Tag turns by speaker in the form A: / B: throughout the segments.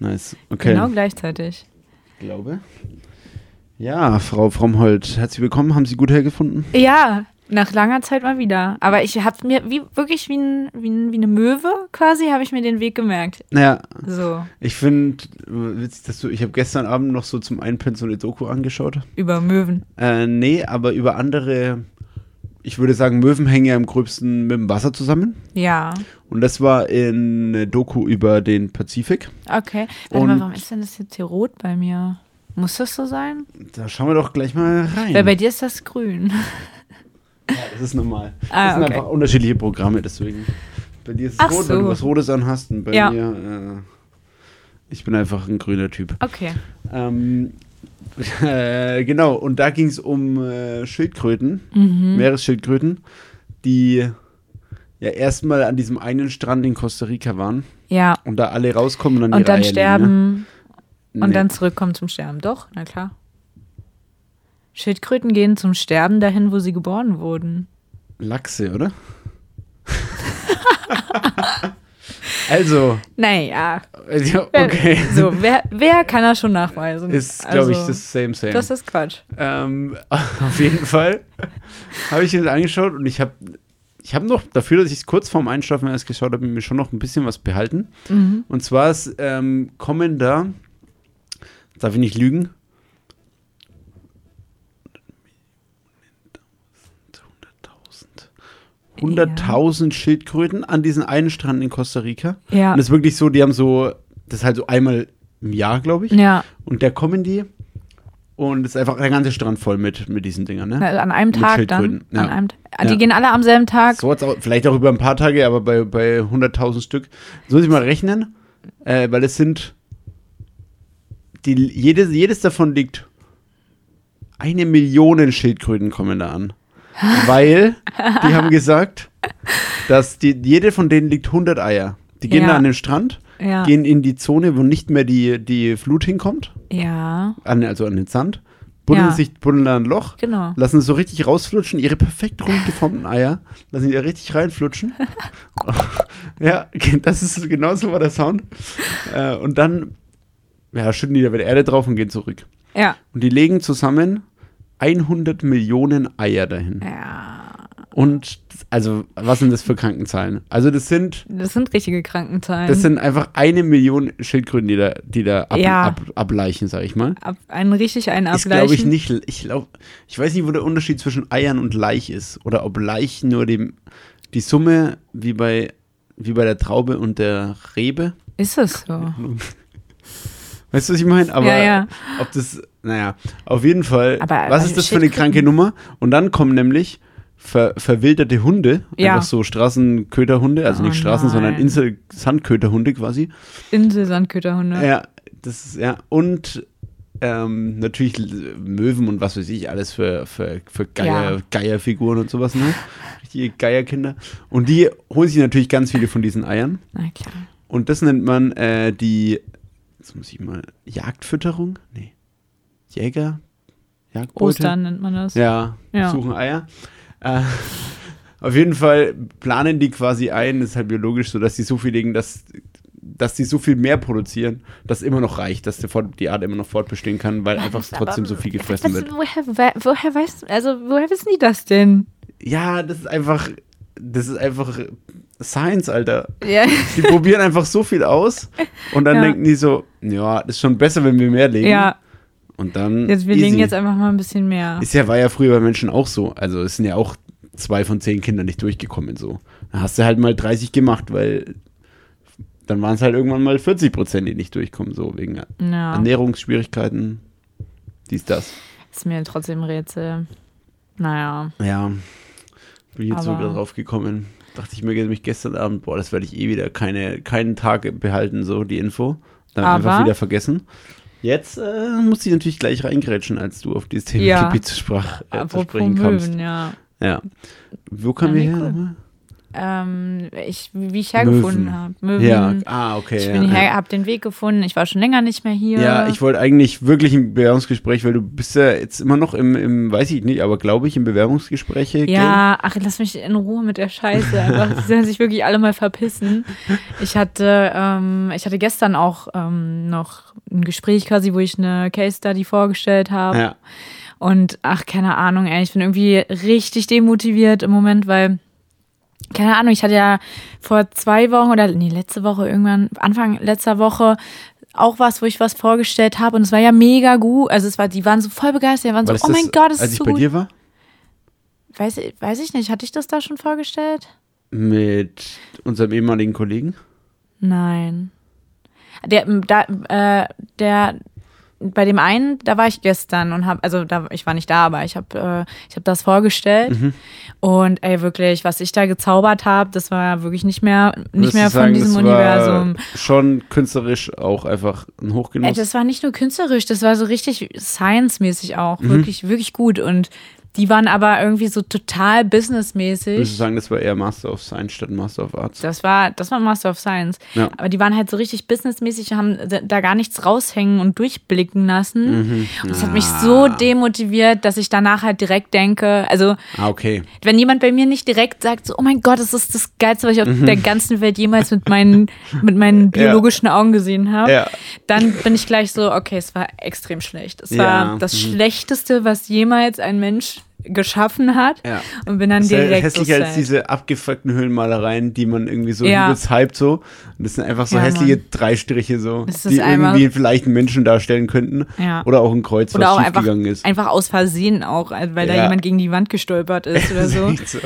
A: Nice. Okay.
B: Genau gleichzeitig.
A: Ich glaube. Ja, Frau Frommhold, herzlich willkommen. Haben Sie gut hergefunden?
B: Ja, nach langer Zeit mal wieder. Aber ich habe mir wie, wirklich wie, ein, wie, ein, wie eine Möwe quasi, habe ich mir den Weg gemerkt.
A: Naja,
B: So,
A: ich finde witzig, dass du. Ich habe gestern Abend noch so zum Einpennen so eine Doku angeschaut.
B: über Möwen.
A: Äh, nee, aber über andere. Ich würde sagen, Möwen hängen ja am gröbsten mit dem Wasser zusammen.
B: Ja,
A: Und das war in eine Doku über den Pazifik.
B: okay. Warte
A: Und-
B: mal, warum ist denn das jetzt hier rot bei mir? Muss das so sein?
A: Da schauen wir doch gleich mal rein.
B: Weil bei dir ist das grün.
A: Ja, das ist normal.
B: Ah,
A: das sind
B: okay.
A: einfach unterschiedliche Programme, deswegen. Bei dir ist es
B: Ach
A: rot, weil
B: so.
A: du was Rotes anhast und bei
B: Ja.
A: mir, äh, ich bin einfach ein grüner Typ.
B: Okay.
A: Ähm, äh, genau, und da ging es um äh, Schildkröten,
B: Mhm.
A: Meeresschildkröten, die ja erstmal an diesem einen Strand in Costa Rica waren
B: Ja.
A: und da alle rauskommen an
B: Und
A: ihre
B: dann
A: Eierlinien,
B: sterben
A: Ne?
B: und
A: Nee.
B: dann zurückkommen zum Sterben. Doch, na klar. Schildkröten gehen zum Sterben dahin, wo sie geboren wurden.
A: Lachse, oder? also,
B: Naja.
A: äh, ja, okay.
B: So, wer, wer kann das schon nachweisen?
A: Ist, glaube ich,
B: Also,
A: das Same Same.
B: Das ist Quatsch.
A: Ähm, auf jeden Fall habe ich mir das angeschaut und ich habe ich hab noch, dafür, dass ich es kurz vorm Einschlafen erst geschaut habe, mir schon noch ein bisschen was behalten.
B: Mhm.
A: Und zwar ist, ähm, kommen da, darf ich nicht lügen, 100.000 100.000 Schildkröten an diesen einen Strand in Costa Rica.
B: Ja.
A: Und das ist wirklich so, die haben so, das ist halt so einmal im Jahr, glaube ich.
B: Ja.
A: Und da kommen die und es ist einfach der ganze Strand voll mit, mit diesen Dingern, ne?
B: Na, an einem
A: Mit
B: Tag dann.
A: Schildkröten, ja.
B: An einem, Ah, die
A: Ja.
B: gehen alle am selben Tag.
A: So hat's auch, vielleicht auch über ein paar Tage, aber bei, bei 100.000 Stück. Das muss ich mal rechnen, äh, weil es sind, die, jedes, jedes davon liegt, eine Million Schildkröten kommen da an. Weil, die haben gesagt, dass die, jede von denen liegt 100 Eier. Die gehen
B: Ja.
A: da an den Strand,
B: Ja.
A: gehen in die Zone, wo nicht mehr die, die Flut hinkommt.
B: Ja.
A: an, also an den Sand, buddeln
B: Ja.
A: sich buddeln da ein Loch,
B: Genau.
A: lassen es so richtig rausflutschen, ihre perfekt rund geformten Eier, lassen die da richtig reinflutschen. ja, das ist genauso war der Sound. Äh, und dann ja, schütten die da wieder Erde drauf und gehen zurück.
B: Ja.
A: Und die legen zusammen 100 Millionen Eier dahin.
B: Ja.
A: Und also, was sind das für Krankenzahlen? Also, das sind.
B: Das sind richtige Krankenzahlen.
A: Das sind einfach eine Million Schildkröten, die da, die da ab,
B: Ähm. Ja.
A: ab, ableichen, sag ich mal.
B: Ab, einen richtig einen
A: Ist, glaube ich,
B: abgleichen.
A: nicht. Ich, glaub, ich weiß nicht, wo der Unterschied zwischen Eiern und Laich ist. Oder ob Laich nur dem, die Summe wie bei, wie bei der Traube und der Rebe.
B: Ist es so?
A: Weißt du, was ich meine? Aber
B: Ja, ja.
A: ob das, naja, auf jeden Fall,
B: Aber- also
A: was
B: aber
A: ist das für eine
B: Schildkröten-
A: kranke Nummer? Und dann kommen nämlich ver, verwilderte Hunde,
B: Ja.
A: einfach so Straßenköterhunde, also
B: Oh
A: nicht Straßen, sondern
B: nein.
A: Insel-Sandköterhunde quasi.
B: Insel-Sandköterhunde.
A: Ja, das ist, ja. Und ähm, natürlich L- Möwen und was weiß ich, alles für, für, für Geier,
B: Ja.
A: Geierfiguren und sowas, ne? Richtige Geierkinder. Und die holen sich natürlich ganz viele von diesen Eiern.
B: Na klar.
A: Und das nennt man äh, die, jetzt muss ich mal, Jagdfütterung? Nee. Jäger? Jagdbeute?
B: Ostern nennt man das.
A: Ja,
B: Ja.
A: suchen Eier. Äh, auf jeden Fall planen die quasi ein, ist halt biologisch so, dass die so viel legen, dass, dass die so viel mehr produzieren, dass immer noch reicht, dass der fort, die Art immer noch fortbestehen kann, weil einfach trotzdem so viel gefressen
B: das,
A: wird.
B: woher, we- woher weißt also woher wissen die das denn?
A: Ja, das ist einfach, das ist einfach Science, Alter.
B: Ja.
A: Die probieren einfach so viel aus und dann
B: Ja.
A: denken die so, ja, ist schon besser, wenn wir mehr legen.
B: ja.
A: Und dann
B: Jetzt, wir
A: easy.
B: legen jetzt einfach mal ein bisschen mehr.
A: Ist ja, war ja früher bei Menschen auch so. Also es sind ja auch zwei von zehn Kindern nicht durchgekommen so. Da hast du halt mal 30 gemacht, weil dann waren es halt irgendwann mal 40 Prozent, die nicht durchkommen, so wegen
B: ja.
A: Ernährungsschwierigkeiten, dies, das.
B: Ist mir trotzdem ein Rätsel. Naja.
A: Ja, bin ich jetzt so
B: Aber-
A: wieder drauf gekommen. Dachte ich mir nämlich gestern Abend, boah, das werde ich eh wieder keine, keinen Tag behalten, so die Info. Dann einfach
B: Aber-
A: wieder vergessen. Jetzt äh, muss ich natürlich gleich reingrätschen, als du auf dieses
B: Ja.
A: Themengebiet zu, sprach, äh, zu
B: Apropos
A: sprechen kommst.
B: Möwen, ja.
A: Ja. Wo kamen
B: Ja,
A: wir
B: nee,
A: her
B: cool.
A: nochmal?
B: ähm, ich, wie ich hergefunden
A: Möwen.
B: habe.
A: Ja, ah, okay.
B: Mhm. ich
A: ja,
B: bin
A: ja.
B: hierher, hab den Weg gefunden. Ich war schon länger nicht mehr hier.
A: Ja, ich wollte eigentlich wirklich ein Bewerbungsgespräch, weil du bist ja jetzt immer noch im, im weiß ich nicht, aber glaube ich, im Bewerbungsgespräche.
B: Ja, ach, lass mich in Ruhe mit der Scheiße. Einfach, Die sollen sich wirklich alle mal verpissen. Ich hatte, ähm, ich hatte gestern auch ähm, noch ein Gespräch quasi, wo ich eine Case Study vorgestellt habe.
A: Ja,
B: Und ach, keine Ahnung, ey, ich bin irgendwie richtig demotiviert im Moment, weil, keine Ahnung, ich hatte ja vor zwei Wochen oder, nee, letzte Woche irgendwann, Anfang letzter Woche, auch was, wo ich was vorgestellt habe und es war ja mega gut. Also es war, die waren so voll begeistert, die waren
A: War
B: so, oh mein Gott, es
A: als
B: ist
A: ich
B: so
A: bei
B: gut.
A: dir war?
B: Weiß, ich- weiß ich nicht, hatte ich das da schon vorgestellt?
A: Mit unserem ehemaligen Kollegen?
B: Nein. Der, m, da, äh, der, bei dem einen, da war ich gestern und habe, also da, ich war nicht da, aber ich habe, äh, ich habe das vorgestellt
A: Mhm.
B: und ey wirklich, was ich da gezaubert habe, das war wirklich nicht mehr, nicht
A: Würdest
B: mehr
A: du
B: von
A: sagen,
B: diesem
A: das
B: Universum.
A: War schon künstlerisch auch einfach ein Hochgenuss.
B: Ey, das war nicht nur künstlerisch, das war so richtig science-mäßig auch,
A: Mhm.
B: wirklich, wirklich gut und die waren aber irgendwie so total
A: Würdest
B: businessmäßig.
A: du sagen, das war eher Master of Science statt Master of Arts?
B: Das war, das war Master of Science.
A: Ja.
B: Aber die waren halt so richtig businessmäßig, haben da- da gar nichts raushängen und durchblicken lassen.
A: Mhm.
B: Und das hat mich so demotiviert, dass ich danach halt direkt denke, also
A: Ah, okay.
B: wenn jemand bei mir nicht direkt sagt, so, oh mein Gott, das ist das Geilste, was ich
A: Mhm.
B: auf der ganzen Welt jemals mit meinen, mit meinen biologischen Augen gesehen habe,
A: Ja.
B: dann bin ich gleich so, okay, es war extrem schlecht. Es
A: Ja. Mhm.
B: war das Schlechteste, was jemals ein Mensch geschaffen hat.
A: Ja.
B: Und bin dann
A: Ist ja
B: direkt
A: hässlicher
B: so
A: als
B: sad.
A: diese abgefuckten Höhlenmalereien, die man irgendwie so
B: Ja.
A: übelst hypt so. Und das sind einfach so
B: Ja,
A: hässliche
B: Mann.
A: drei Striche so,
B: Es ist
A: die
B: einfach-
A: irgendwie vielleicht einen Menschen darstellen könnten.
B: Ja.
A: Oder auch ein Kreuz,
B: Oder
A: was
B: auch einfach,
A: schiefgegangen ist.
B: einfach aus Versehen auch, also weil da
A: Ja.
B: jemand gegen die Wand gestolpert ist oder
A: Das ist
B: so.
A: echt so.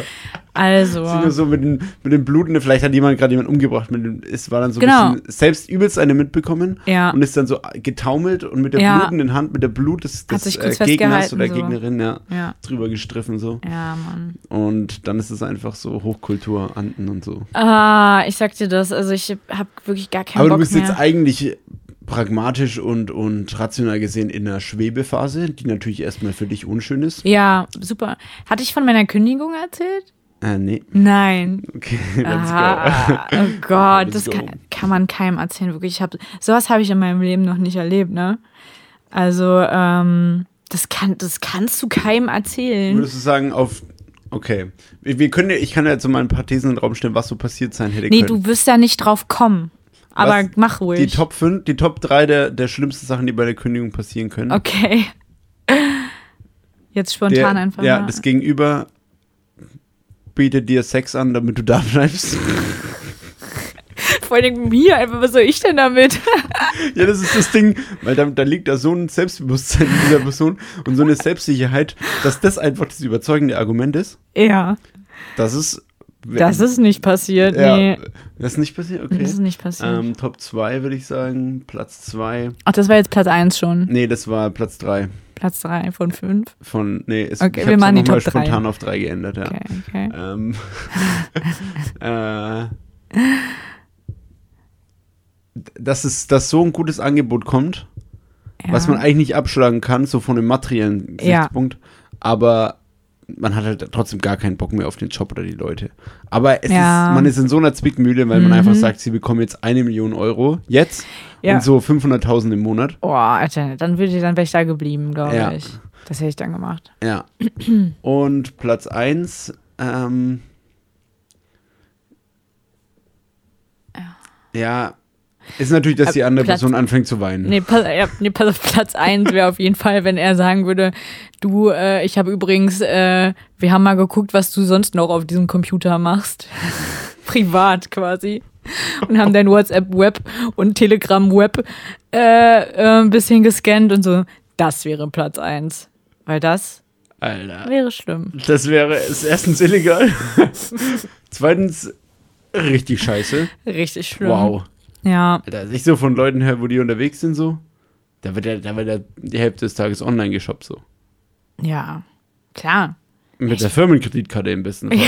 B: Also,
A: Sieht nur so mit dem, mit dem Blutenden, vielleicht hat jemand gerade jemand umgebracht. Mit dem, es war dann so
B: Genau.
A: ein bisschen selbst übelst eine mitbekommen
B: Ja.
A: und ist dann so getaumelt und mit der
B: Ja.
A: blutenden Hand, mit der Blut des, des
B: sich kurz
A: äh, Gegners
B: festgehalten,
A: oder
B: so.
A: Gegnerin ja,
B: Ja.
A: drüber gestriffen so.
B: ja, Mann.
A: Und dann ist es einfach so Hochkultur, Anden und so.
B: Ah, ich sag dir das, also ich hab wirklich gar keinen
A: Aber du
B: Bock
A: bist
B: mehr.
A: jetzt eigentlich pragmatisch und, und rational gesehen in einer Schwebephase, die natürlich erstmal für dich unschön ist.
B: ja, super. Hatte ich von meiner Kündigung erzählt?
A: Äh, nee.
B: Nein.
A: Okay, let's go.
B: Ah, oh Gott, das
A: Let's go.
B: kann, kann man keinem erzählen, wirklich. Ich hab, sowas habe ich in meinem Leben noch nicht erlebt, ne? Also, ähm, das, kann, das kannst du keinem erzählen.
A: Würdest du sagen, auf. Okay. Wir, wir können ja, ich kann ja jetzt so mal ein paar Thesen in den Raum stellen, was so passiert sein hätte
B: Nee,
A: können.
B: du wirst da nicht drauf kommen. Aber
A: Was?
B: mach
A: die
B: ruhig.
A: Top 5, die Top 3 der, der schlimmsten Sachen, die bei der Kündigung passieren können.
B: Okay. Jetzt
A: der,
B: spontan einfach.
A: Ja,
B: mal.
A: das Gegenüber bietet dir Sex an, damit du da bleibst.
B: Vor allem mir, einfach, was soll ich denn damit?
A: Ja, das ist das Ding, weil da, da liegt da so ein Selbstbewusstsein in dieser Person und so eine Selbstsicherheit, dass das einfach das überzeugende Argument ist.
B: ja,
A: Das ist.
B: das ist nicht passiert.
A: ja,
B: nee,
A: Das ist nicht passiert? Okay.
B: das ist nicht passiert.
A: ähm, Top 2 würde ich sagen, Platz 2.
B: Ach, das war jetzt Platz 1 schon.
A: Nee, das war Platz 3
B: Platz 3 von 5.
A: von. Nee, es,
B: Okay,
A: ich
B: wir
A: hab's
B: machen die
A: nochmal
B: Top drei.
A: spontan auf 3 geändert, ja.
B: Okay, okay.
A: Ähm, äh, dass, es, dass so ein gutes Angebot kommt,
B: Ja.
A: was man eigentlich nicht abschlagen kann, so von dem materiellen
B: Ja.
A: Gesichtspunkt. Aber man hat halt trotzdem gar keinen Bock mehr auf den Job oder die Leute. Aber es
B: Ja.
A: ist, man ist in so einer Zwickmühle, weil
B: Mhm.
A: man einfach sagt, sie bekommen jetzt eine Million Euro jetzt
B: Ja.
A: und so 500.000 im Monat.
B: Oh, Alter, dann, würde ich, dann wäre ich da geblieben, glaube
A: Ja.
B: ich. Das hätte ich dann gemacht.
A: Ja. Und Platz 1, ähm, ja, ist natürlich, dass
B: Äh,
A: die andere
B: Platz-
A: Person anfängt zu weinen.
B: Nee, pass, ja, nee, pass auf, Platz 1 wäre auf jeden Fall, wenn er sagen würde, du, äh, ich habe übrigens, äh, wir haben mal geguckt, was du sonst noch auf diesem Computer machst. Privat quasi. Und haben dein WhatsApp-Web und Telegram-Web äh, äh, ein bisschen gescannt und so. Das wäre Platz 1. Weil das
A: Alter.
B: wäre schlimm.
A: Das wäre ist erstens illegal. Zweitens richtig scheiße.
B: Richtig schlimm.
A: Wow.
B: Ja.
A: Alter, als ich so von Leuten höre, wo die unterwegs sind, so, da wird ja, da wird ja die Hälfte des Tages online geshoppt, so.
B: Ja. Klar.
A: Mit der Firmenkreditkarte im besten Fall.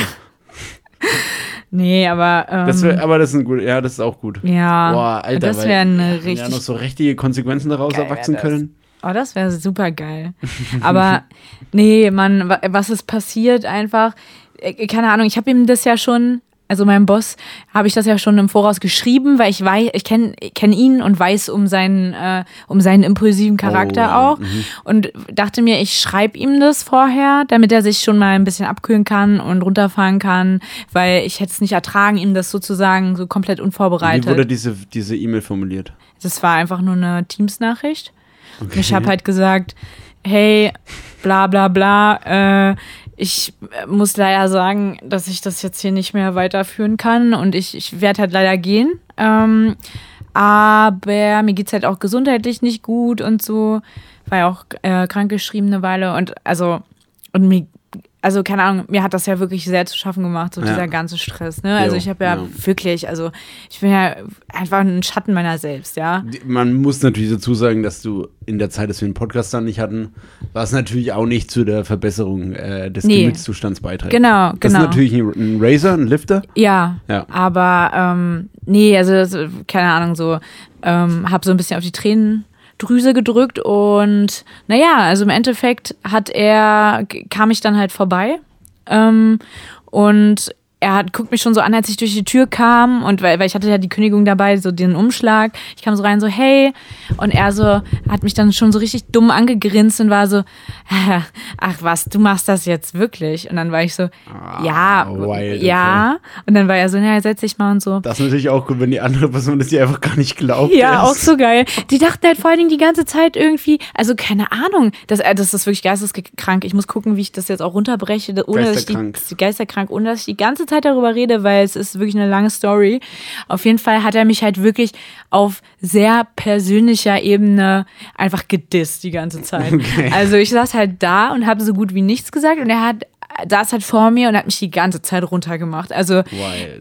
B: Nee, aber. Ähm,
A: Das wär, aber das ist ein gut, ja, das ist auch gut.
B: ja.
A: Boah, Alter,
B: das
A: weil-
B: wäre eine
A: Wenn ja noch
B: richtig
A: so richtige Konsequenzen daraus
B: Geil wär
A: erwachsen
B: das.
A: können.
B: Oh, das wäre super geil. Aber äh, nee, Mann, wa- was ist passiert einfach? Äh, Keine Ahnung, ich habe ihm das ja schon, also meinem Boss habe ich das ja schon im Voraus geschrieben, weil ich weiß, ich kenne kenn ihn und weiß um seinen, äh, um seinen impulsiven Charakter
A: Oh,
B: auch. Und dachte mir, ich schreibe ihm das vorher, damit er sich schon mal ein bisschen abkühlen kann und runterfahren kann, weil ich hätte es nicht ertragen, ihm das sozusagen so komplett
A: Wie
B: unvorbereitet.
A: wurde diese diese E-Mail formuliert?
B: Das war einfach nur eine Teams-Nachricht. Und Ich habe halt gesagt, hey, bla bla bla, äh, ich äh, muss leider sagen, dass ich das jetzt hier nicht mehr weiterführen kann und ich, ich werde halt leider gehen. Ähm, aber mir geht's halt auch gesundheitlich nicht gut und so. War ja auch äh, krankgeschrieben eine Weile und also, und mir, also keine Ahnung, mir hat das ja wirklich sehr zu schaffen gemacht, so
A: Ja.
B: dieser ganze Stress. Ne? Also
A: Jo,
B: ich habe ja,
A: ja.
B: wirklich, also ich bin ja einfach ein Schatten meiner selbst, ja.
A: Die- Man muss natürlich dazu sagen, dass du in der Zeit, dass wir den Podcast dann nicht hatten, war es natürlich auch nicht zu der Verbesserung äh, des
B: Nee.
A: Gemütszustands beiträgt.
B: Genau,
A: Das
B: genau.
A: ist natürlich ein, ein Razer, ein Lifter.
B: Ja,
A: Ja.
B: aber ähm, nee, also das, keine Ahnung, so ähm, habe so ein bisschen auf die Tränendrüse gedrückt und naja, also im Endeffekt hat er, g- kam ich dann halt vorbei ähm, und er hat, guckt mich schon so an, als ich durch die Tür kam und weil, weil ich hatte ja die Kündigung dabei, so den Umschlag. Ich kam so rein, so hey und er so hat mich dann schon so richtig dumm angegrinst und war so, ach was, du machst das jetzt wirklich? Und dann war ich so, ja,
A: Ah, wild,
B: ja. Und dann war er so, naja, setz dich mal und so.
A: Das ist natürlich auch gut, wenn die andere Person das dir einfach gar nicht glaubt.
B: Ja, auch
A: erst.
B: so geil. Die dachten halt vor allen Dingen die ganze Zeit irgendwie, also keine Ahnung, das, äh, das ist wirklich geisteskrank. Ich muss gucken, wie ich das jetzt auch runterbreche, da- ohne dass ich
A: Geisterkrank.
B: die, geisterkrank, ohne dass ich die ganze Zeit darüber rede, weil es ist wirklich eine lange Story. Auf jeden Fall hat er mich halt wirklich auf sehr persönlicher Ebene einfach gedisst die ganze Zeit. Also ich saß halt da und habe so gut wie nichts gesagt und er hat saß halt vor mir und hat mich die ganze Zeit runtergemacht. Also
A: Wild.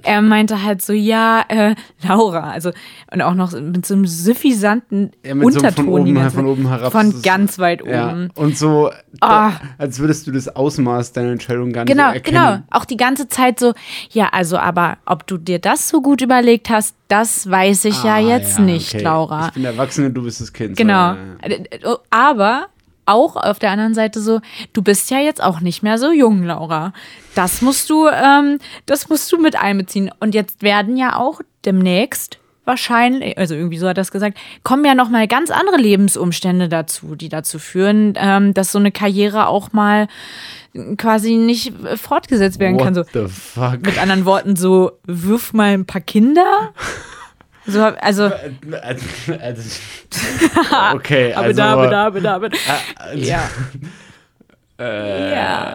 B: er meinte halt so, ja, äh, Laura, also und auch noch mit so einem suffisanten
A: Ja, mit so einem
B: Unterton
A: von oben-
B: die ganze
A: von
B: Zeit.
A: oben herab. Das
B: Von
A: ist-
B: ganz weit oben.
A: Ja. also Und so,
B: Ah.
A: da, als würdest du das Ausmaß deiner Entscheidung gar
B: Genau,
A: nicht
B: genau.
A: erkennen.
B: Auch die ganze Zeit so, ja, also aber ob du dir das so gut überlegt hast, das weiß ich ja
A: Ah,
B: jetzt
A: ja,
B: nicht,
A: okay.
B: Laura.
A: Ich bin der Erwachsene, du bist das Kind. so,
B: Genau.
A: ja, ja.
B: Aber auch auf der anderen Seite so, du bist ja jetzt auch nicht mehr so jung, Laura. Das musst du, ähm, das musst du mit einbeziehen. Und jetzt werden ja auch demnächst wahrscheinlich, also irgendwie so hat das gesagt, kommen ja noch mal ganz andere Lebensumstände dazu, die dazu führen, ähm, dass so eine Karriere auch mal quasi nicht äh, fortgesetzt werden
A: What
B: kann. So
A: the fuck?
B: mit anderen Worten so, wirf mal ein paar Kinder. So, hab- also,
A: Äh, Also- okay,
B: aber
A: also,
B: da, aber da, aber da, aber da.
A: äh,
B: Ja.
A: Äh,
B: Ja.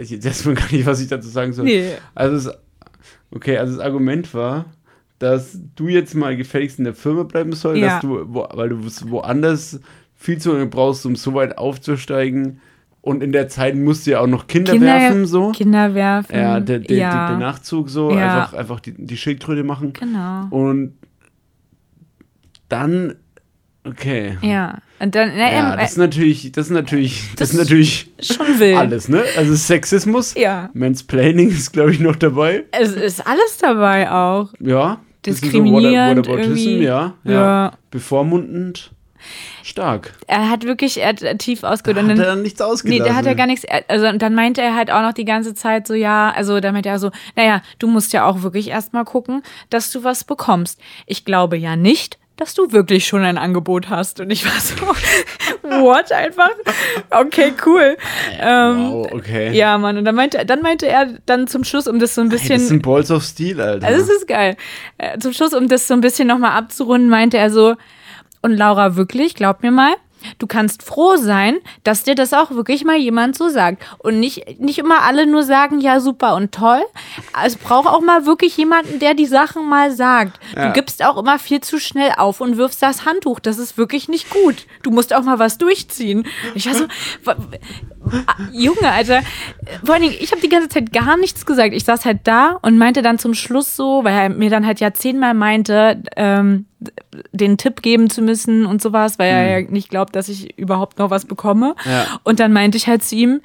A: Ich äh, weiß erstmal gar nicht, was ich dazu sagen soll.
B: Nee.
A: Also das, okay, also das Argument war, dass du jetzt mal gefälligst in der Firma bleiben sollst,
B: Ja.
A: dass du, wo, weil du es woanders viel zu lange brauchst, um so weit aufzusteigen. Und in der Zeit musst du ja auch noch Kinder, werfen, so.
B: Kinder werfen.
A: ja, der, der,
B: mhm, ja.
A: der Nachzug, so.
B: Ja.
A: Einfach, einfach die, die Schildkröte machen.
B: Genau.
A: Und dann, okay.
B: Ja. Und dann, na,
A: Ja,
B: ähm,
A: das ist natürlich, das ist natürlich, das, ist
B: das-
A: natürlich
B: äh, schon wild.
A: alles, ne? Also Sexismus,
B: Ja.
A: Mansplaining ist, glaube ich, noch dabei.
B: Es ist alles dabei auch.
A: Ja. bisschen
B: Diskriminierend
A: So what,
B: irgendwie.
A: ja, ja.
B: Ja.
A: Bevormundend. Stark.
B: Er hat wirklich er hat äh, tief ausgeholt. Und
A: Hat er
B: dann,
A: dann nichts
B: nee,
A: ausgelassen.
B: der hat ja gar nichts. er- Also, und dann meinte er halt auch noch die ganze Zeit so, ja, also damit er so, naja, du musst ja auch wirklich erstmal gucken, dass du was bekommst. Ich glaube ja nicht, dass du wirklich schon ein Angebot hast. Und ich war so, what einfach? Okay, cool. Ähm,
A: Wow, okay.
B: Ja, Mann. Und dann meinte, dann meinte er dann zum Schluss, um das so ein
A: Hey, das
B: bisschen.
A: sind Balls of Steel, Alter.
B: Also das ist geil. Äh, Zum Schluss, um das so ein bisschen nochmal abzurunden, meinte er so, und Laura, wirklich, glaub mir mal, du kannst froh sein, dass dir das auch wirklich mal jemand so sagt. Und nicht, nicht immer alle nur sagen, ja, super und toll. Es braucht auch mal wirklich jemanden, der die Sachen mal sagt.
A: Ja.
B: Du gibst auch immer viel zu schnell auf und wirfst das Handtuch. Das ist wirklich nicht gut. Du musst auch mal was durchziehen. Ich war so, wa- Ah, Junge, Alter. Vor allen Dingen, ich habe die ganze Zeit gar nichts gesagt. Ich saß halt da und meinte dann zum Schluss so, weil er mir dann halt ja zehnmal meinte, ähm, den Tipp geben zu müssen und sowas, weil er ja nicht glaubt, dass ich überhaupt noch was bekomme.
A: Hm. Ja.
B: Und dann meinte ich halt zu ihm,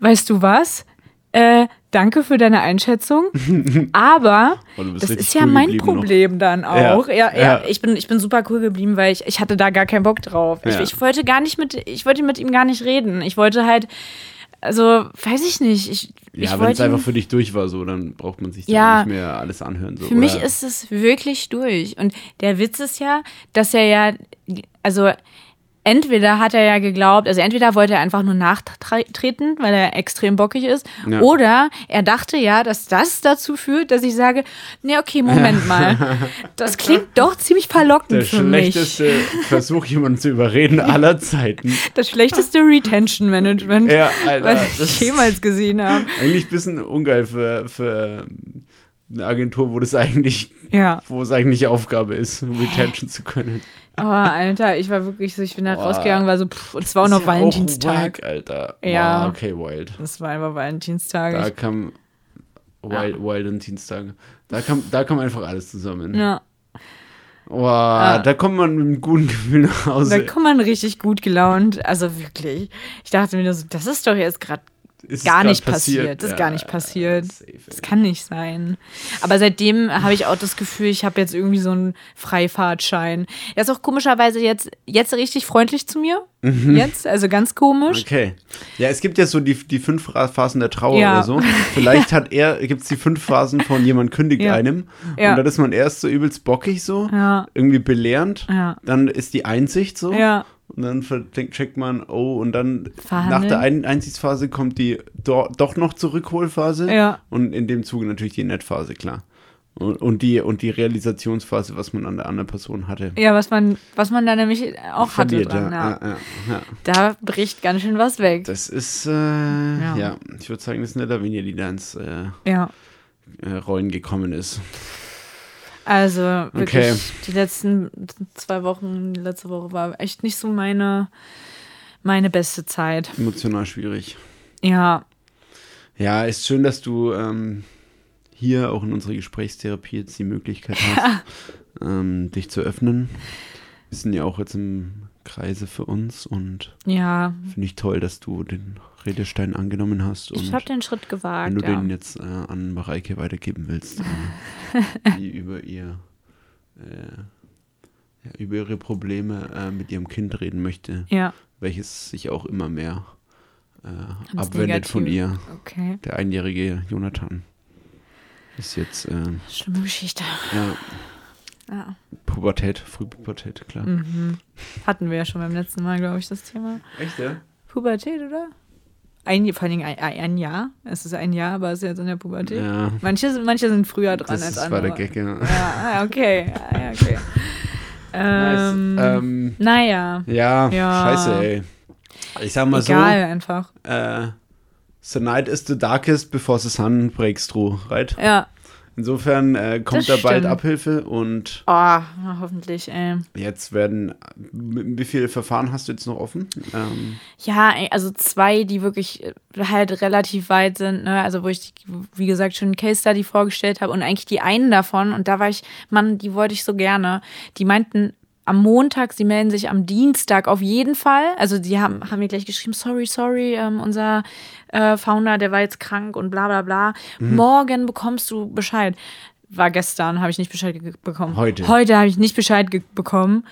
B: weißt du was? Äh, danke für deine Einschätzung, aber
A: Oh, du bist
B: das
A: richtig
B: ist ja
A: cool
B: mein
A: geblieben noch.
B: Problem dann auch. Ja, ja,
A: ja.
B: Ich, bin, ich bin super cool geblieben, weil ich, ich hatte da gar keinen Bock drauf.
A: Ja.
B: Ich, ich wollte gar nicht mit, ich wollte mit ihm gar nicht reden. Ich wollte halt Also, weiß ich nicht. Ich,
A: Ja,
B: ich
A: wenn es
B: wollte
A: einfach für dich durch war, so, dann braucht man sich
B: Ja.
A: da nicht mehr alles anhören. So.
B: Für mich
A: Oder-
B: ist es wirklich durch. Und der Witz ist ja, dass er ja, also entweder hat er ja geglaubt, also entweder wollte er einfach nur nachtreten, weil er extrem bockig ist,
A: Ja.
B: oder er dachte ja, dass das dazu führt, dass ich sage, nee, okay, Moment mal, das klingt doch ziemlich verlockend
A: der
B: für mich.
A: schlechteste Versuch, jemanden zu überreden aller Zeiten.
B: Das schlechteste Retention Management,
A: Ja, Alter,
B: was
A: das-
B: ich jemals gesehen habe.
A: Eigentlich ein bisschen ungeil für, für eine Agentur, wo das eigentlich,
B: Ja.
A: wo es eigentlich Aufgabe ist, Retention zu können.
B: Oh, Alter, ich war wirklich so, ich bin halt
A: Boah.
B: rausgegangen, war so, pff, und zwar auch noch
A: Ist ja
B: Valentinstag.
A: wack, Alter.
B: Ja.
A: Wow, okay, wild.
B: Das war einfach Valentinstag.
A: Da
B: Ich-
A: kam Wild, Wild und Dienstag. Da kam, da kam einfach alles zusammen.
B: Ja,
A: Wow, da kommt man mit einem guten Gefühl nach
B: da
A: Hause.
B: kommt man richtig gut gelaunt. Also wirklich. Ich dachte mir nur so, das ist doch jetzt gerade
A: Ist
B: gar
A: grad
B: nicht passiert. Das ist
A: Ja,
B: gar nicht passiert.
A: safe, ey.
B: Das kann nicht sein. Aber seitdem habe ich auch das Gefühl, ich habe jetzt irgendwie so einen Freifahrtschein. Er ist auch komischerweise jetzt, jetzt richtig freundlich zu mir.
A: Mhm.
B: Jetzt, also ganz komisch.
A: Okay. Ja, es gibt ja so die, die fünf Ra- Phasen der Trauer
B: Ja.
A: oder so. Vielleicht hat er, gibt es die fünf Phasen von jemand kündigt
B: Ja.
A: einem.
B: Ja.
A: Und dann ist man erst so übelst bockig so,
B: Ja.
A: irgendwie belehrend.
B: Ja.
A: Dann ist die Einsicht so.
B: Ja.
A: Und dann verdenkt- checkt man, oh, und dann
B: Verhandeln.
A: nach der Ein Einsichtsphase kommt die do doch noch zur Rückholphase.
B: Ja.
A: Und in dem Zuge natürlich die Nettphase, klar. Und, und, die, und die Realisationsphase, was man an der anderen Person hatte.
B: Ja, was man, was man da nämlich auch
A: Verliert,
B: hatte dran.
A: ja.
B: Ja.
A: Ja, ja, ja.
B: Da bricht ganz schön was weg.
A: Das ist, äh, ja. ich würde sagen, das ist eine Lavinia, die da ins äh,
B: Ja.
A: äh, Rollen gekommen ist.
B: Also wirklich,
A: Okay.
B: die letzten zwei Wochen, die letzte Woche war echt nicht so meine, meine beste Zeit.
A: Emotional schwierig.
B: Ja,
A: Ja, ist schön, dass du ähm, hier auch in unserer Gesprächstherapie jetzt die Möglichkeit hast, ähm, dich zu öffnen. Wir sind ja auch jetzt im Kreise für uns und
B: ja.
A: finde ich toll, dass du den Redestein angenommen hast. Und
B: Ich habe den Schritt gewagt.
A: wenn du
B: ja.
A: den jetzt äh, an Mareike weitergeben willst, äh, die über ihr äh, ja, über ihre Probleme äh, mit ihrem Kind reden möchte.
B: ja,
A: welches sich auch immer mehr äh,
B: Ganz
A: abwendet von
B: negativ.
A: ihr.
B: okay.
A: Der einjährige Jonathan ist jetzt äh,
B: Schlimme Geschichte.
A: ja,
B: Ja.
A: Pubertät, Frühpubertät, klar.
B: Ah. Mhm. Hatten wir ja schon beim letzten Mal, glaube ich, das Thema.
A: Echt, ja?
B: Pubertät, oder? Ein, vor allen Dingen ein, ein Jahr. Es ist ein Jahr, aber es ist jetzt in der Pubertät.
A: Ja,
B: Manche, sind- manche sind früher dran
A: das
B: als
A: ist, war
B: andere.
A: der Gag, ja.
B: Ja, ah, okay. Ah, ja, okay. Ähm,
A: nice. ähm,
B: Naja.
A: ja,
B: ja.
A: scheiße, ey. Ich sag mal
B: Egal einfach.
A: so, äh, the night is the darkest before the sun breaks through, right?
B: Ja.
A: Insofern äh, kommt
B: Das
A: da bald
B: stimmt.
A: Abhilfe und
B: Oh, na, hoffentlich, ey.
A: jetzt werden, wie viele Verfahren hast du jetzt noch offen? Ähm,
B: Ja, ey, also zwei, die wirklich äh, halt relativ weit sind, ne? Also wo ich, die, wie gesagt, schon einen Case Study vorgestellt habe und eigentlich die einen davon, und da war ich, Mann, die wollte ich so gerne. Die meinten am Montag, sie melden sich am Dienstag auf jeden Fall. Also die haben, haben mir gleich geschrieben, sorry, sorry, ähm, unser äh, Founder, der war jetzt krank und bla bla bla.
A: Mhm.
B: Morgen bekommst du Bescheid. War gestern, habe ich nicht Bescheid ge- bekommen.
A: Heute.
B: Heute habe ich nicht Bescheid ge- bekommen.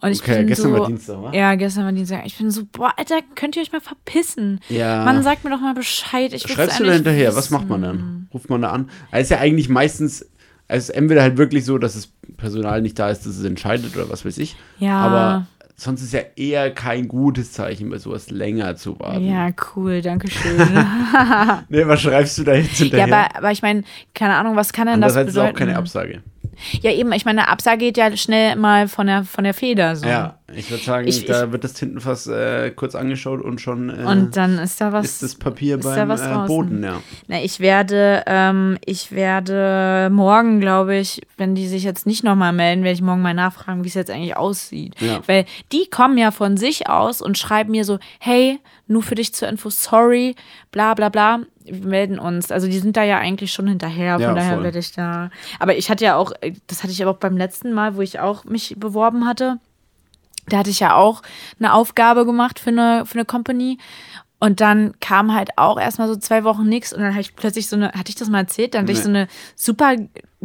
B: Und ich
A: Okay,
B: bin
A: gestern
B: so,
A: war Dienstag, wa?
B: Ja, gestern war Dienstag. Ich bin so, boah, Alter, könnt ihr euch mal verpissen?
A: Ja.
B: Mann, sagt mir doch mal Bescheid. Ich will's
A: Schreibst du da
B: eigentlich
A: hinterher? Was
B: wissen.
A: macht man dann? Ruft man da an? Also ist ja eigentlich meistens, also es ist entweder halt wirklich so, dass das Personal nicht da ist, dass es entscheidet oder was weiß ich.
B: Ja.
A: Aber sonst ist ja eher kein gutes Zeichen, bei sowas länger zu warten.
B: Ja, cool, danke schön.
A: Nee, was schreibst du da jetzt
B: ja,
A: hinterher?
B: aber, aber ich meine, keine Ahnung, was kann denn das
A: Andererseits ist
B: bedeuten?
A: auch keine Absage.
B: ja, eben, ich meine, eine Absage geht ja schnell mal von der, von der Feder. So.
A: Ja, ich würde sagen,
B: Ich-
A: da wird das Tintenfass äh, kurz angeschaut und schon äh,
B: Und dann ist da was.
A: ist das Papier
B: ist da
A: beim
B: was
A: äh,
B: draußen?
A: Boden. Ja.
B: Na, ich werde, ähm, ich werde morgen, glaube ich, wenn die sich jetzt nicht nochmal melden, werde ich morgen mal nachfragen, wie es jetzt eigentlich aussieht.
A: Ja.
B: Weil die kommen ja von sich aus und schreiben mir so, hey, nur für dich zur Info, sorry, bla bla bla, wir melden uns. Also die sind da ja eigentlich schon hinterher, von
A: Ja,
B: daher
A: voll.
B: werde ich da. Aber ich hatte ja auch, äh, das hatte ich aber auch beim letzten Mal, wo ich auch mich beworben hatte. Da hatte ich ja auch eine Aufgabe gemacht für eine, für eine Company. Und dann kam halt auch erstmal so zwei Wochen nichts und dann hatte ich plötzlich so eine, hatte ich das mal erzählt, dann hatte ich
A: Nee.
B: so eine super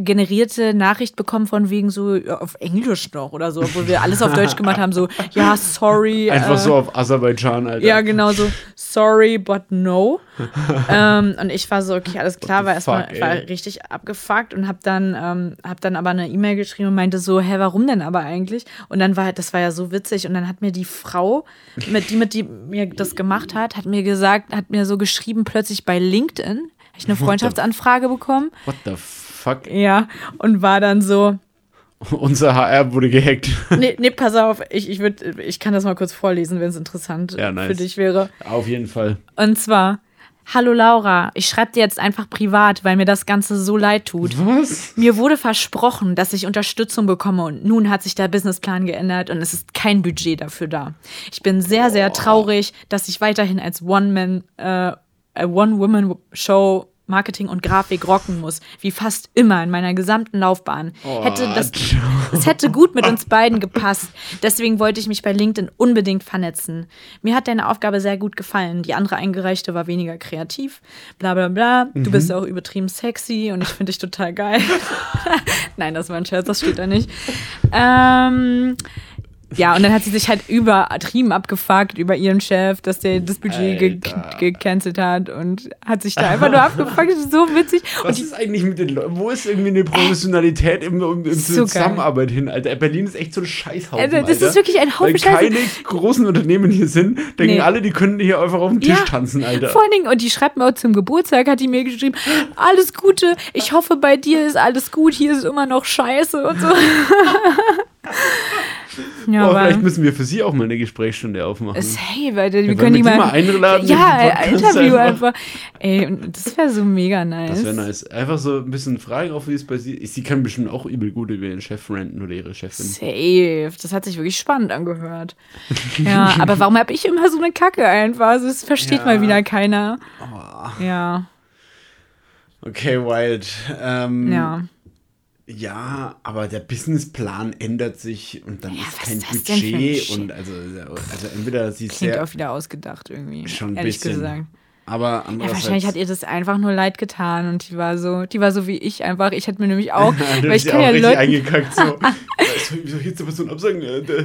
B: generierte Nachricht bekommen von wegen so ja, auf Englisch noch oder so, obwohl wir alles auf Deutsch gemacht haben, so, ja, sorry.
A: Einfach
B: äh,
A: so auf Aserbaidschan, Alter.
B: Ja, genau so, sorry, but no. ähm, und ich war so, okay, alles klar, war
A: What the
B: erstmal
A: fuck,
B: ich war
A: ey?
B: richtig abgefuckt und hab dann, ähm, hab dann aber eine E-Mail geschrieben und meinte so, hä, warum denn aber eigentlich? Und dann war halt, das war ja so witzig und dann hat mir die Frau, mit, die mit die mir das gemacht hat, hat mir gesagt, hat mir so geschrieben, plötzlich bei LinkedIn, hab ich eine Freundschaftsanfrage bekommen.
A: What the fuck?
B: Ja, und war dann so,
A: Unser HR wurde gehackt.
B: nee, nee, pass auf, ich, ich, würd, ich kann das mal kurz vorlesen, wenn es interessant
A: Ja, nice.
B: für dich wäre.
A: Auf jeden Fall.
B: Und zwar, hallo Laura, ich schreibe dir jetzt einfach privat, weil mir das Ganze so leid tut.
A: Was?
B: Mir wurde versprochen, dass ich Unterstützung bekomme und nun hat sich der Businessplan geändert und es ist kein Budget dafür da. Ich bin sehr, sehr traurig, dass ich weiterhin als One-Man, äh, äh, One-Woman-Show Marketing und Grafik rocken muss, wie fast immer in meiner gesamten Laufbahn.
A: Oh,
B: hätte das,
A: Joe.
B: es hätte gut mit uns beiden gepasst. Deswegen wollte ich mich bei LinkedIn unbedingt vernetzen. Mir hat deine Aufgabe sehr gut gefallen. Die andere eingereichte war weniger kreativ. Bla bla bla.
A: Mhm.
B: Du bist auch übertrieben sexy und ich finde dich total geil. Nein, das war ein Scherz, das steht da nicht. Ähm, ja, und dann hat sie sich halt übertrieben abgefuckt über ihren Chef, dass der das Budget ge
A: Alter.
B: gecancelt hat und hat sich da einfach nur abgefuckt. Das ist so witzig. Und
A: Was ist eigentlich mit den Leuten? Wo ist irgendwie eine Professionalität im, im, im
B: So geil.
A: Zusammenarbeit hin, Alter? Berlin ist echt so ein Scheißhaufen.
B: Also, das
A: Alter.
B: ist wirklich ein Haufen
A: Weil
B: Scheiße.
A: keine großen Unternehmen hier sind, denken
B: Nee.
A: alle, die können hier einfach auf den Tisch
B: Ja,
A: tanzen, Alter.
B: Vor allen Dingen, und die schreibt mir auch zum Geburtstag, hat die mir geschrieben, alles Gute, ich hoffe, bei dir ist alles gut, hier ist immer noch scheiße und so. ja,
A: Aber
B: aber
A: vielleicht müssen wir für sie auch mal eine Gesprächsstunde aufmachen.
B: safe, Alter, wir
A: Ja,
B: können die
A: wollen wir
B: mal,
A: die mal einladen
B: Ja,
A: in den
B: ein
A: Podcast
B: Interview
A: einfach?
B: einfach. Ey, und das wäre so mega nice.
A: das wäre nice. Einfach so ein bisschen fragen, auch wie es bei sie ist. Sie kann bestimmt auch übel gut über ihren Chef ranten oder ihre Chefin.
B: Safe, das hat sich wirklich spannend angehört. Ja, aber warum habe ich immer so eine Kacke einfach? Also, Das versteht
A: Ja. Oh.
B: mal wieder keiner. Ja,
A: Okay, Wild. Ähm,
B: ja.
A: Ja, aber der Businessplan ändert sich und dann
B: Ja,
A: ist
B: was
A: kein
B: ist das denn für ein
A: Budget
B: Shit?
A: und also, also entweder sie ist
B: Klingt
A: sehr,
B: auch wieder ausgedacht irgendwie.
A: schon ein
B: ehrlich
A: bisschen,
B: gesagt.
A: aber
B: Ja,
A: andererseits.
B: wahrscheinlich hat ihr das einfach nur leid getan und die war so, die war so wie ich einfach. Ich hätte mir nämlich auch,
A: Du
B: weil ich
A: bist ja
B: kann
A: auch
B: ja
A: richtig
B: Leuten,
A: eingekackt. So. Weißt du, Wie soll ich jetzt der Person absagen? Äh, der- der-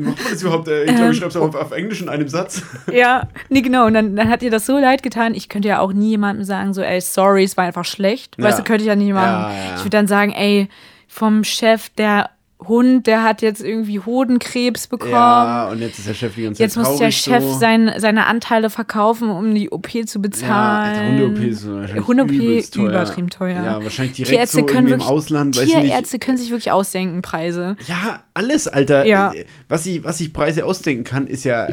A: Macht man das überhaupt? Äh, Ich glaube,
B: Ähm,
A: ich schreibe es auf, auf Englisch in einem Satz.
B: ja, nee, genau. Und dann, dann hat ihr das so leid getan. Ich könnte ja auch nie jemandem sagen, so, ey, sorry, es war einfach schlecht. Weißt du,
A: Ja.
B: könnte ich ja nicht machen.
A: Ja, ja, ja.
B: Ich würde dann sagen, ey, vom Chef, der Hund, der hat jetzt irgendwie Hodenkrebs bekommen.
A: Ja, und jetzt ist der Chef die ganze Zeit
B: Jetzt muss der
A: traurig
B: Chef
A: so.
B: sein, seine Anteile verkaufen, um die OP zu
A: Ja, Alter,
B: bezahlen.
A: Hunde-OP ist wahrscheinlich
B: Hunde-OP
A: übelst teuer.
B: übertrieben teuer.
A: Ja, wahrscheinlich direkt
B: Tierärzte
A: so
B: können
A: irgendwie im
B: wirklich,
A: Ausland. Weiß ich nicht,
B: Tierärzte können sich wirklich ausdenken, Preise.
A: Ja, alles, Alter.
B: Ja.
A: Äh, Was ich, was ich Preise ausdenken kann, ist ja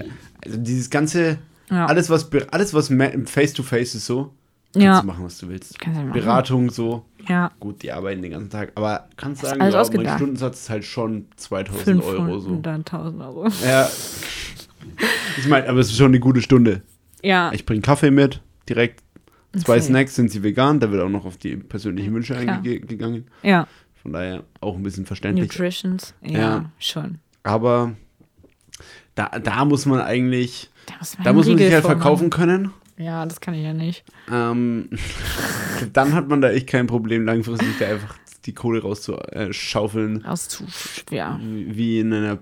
A: also dieses ganze,
B: Ja.
A: alles was be- alles was ma- im Face-to-Face ist so, kannst
B: Ja.
A: du machen, was du willst.
B: Kannst du machen.
A: Beratung so,
B: Ja.
A: gut, die arbeiten den ganzen Tag, aber kannst sagen,
B: alles
A: ja, mein
B: ausgedacht.
A: Stundensatz ist halt schon 2000 Euro so.
B: 500.000 Euro.
A: Ja. Ich meine, aber es ist schon eine gute Stunde.
B: Ja,
A: Ich bringe Kaffee mit, direkt zwei
B: Safe.
A: Snacks, sind sie vegan, da wird auch noch auf die persönlichen Wünsche
B: klar.
A: eingegangen.
B: ja.
A: Von daher auch ein bisschen verständlich.
B: Nutritions. Ja,
A: Ja.
B: schon.
A: Aber da, da muss man eigentlich,
B: Da muss man,
A: da
B: einen
A: muss man sich
B: Riegel
A: halt
B: vormachen.
A: verkaufen können.
B: Ja, das kann ich ja nicht.
A: Ähm, dann hat man da echt kein Problem, langfristig da einfach die Kohle rauszuschaufeln,
B: Auszu. Ja.
A: wie in einer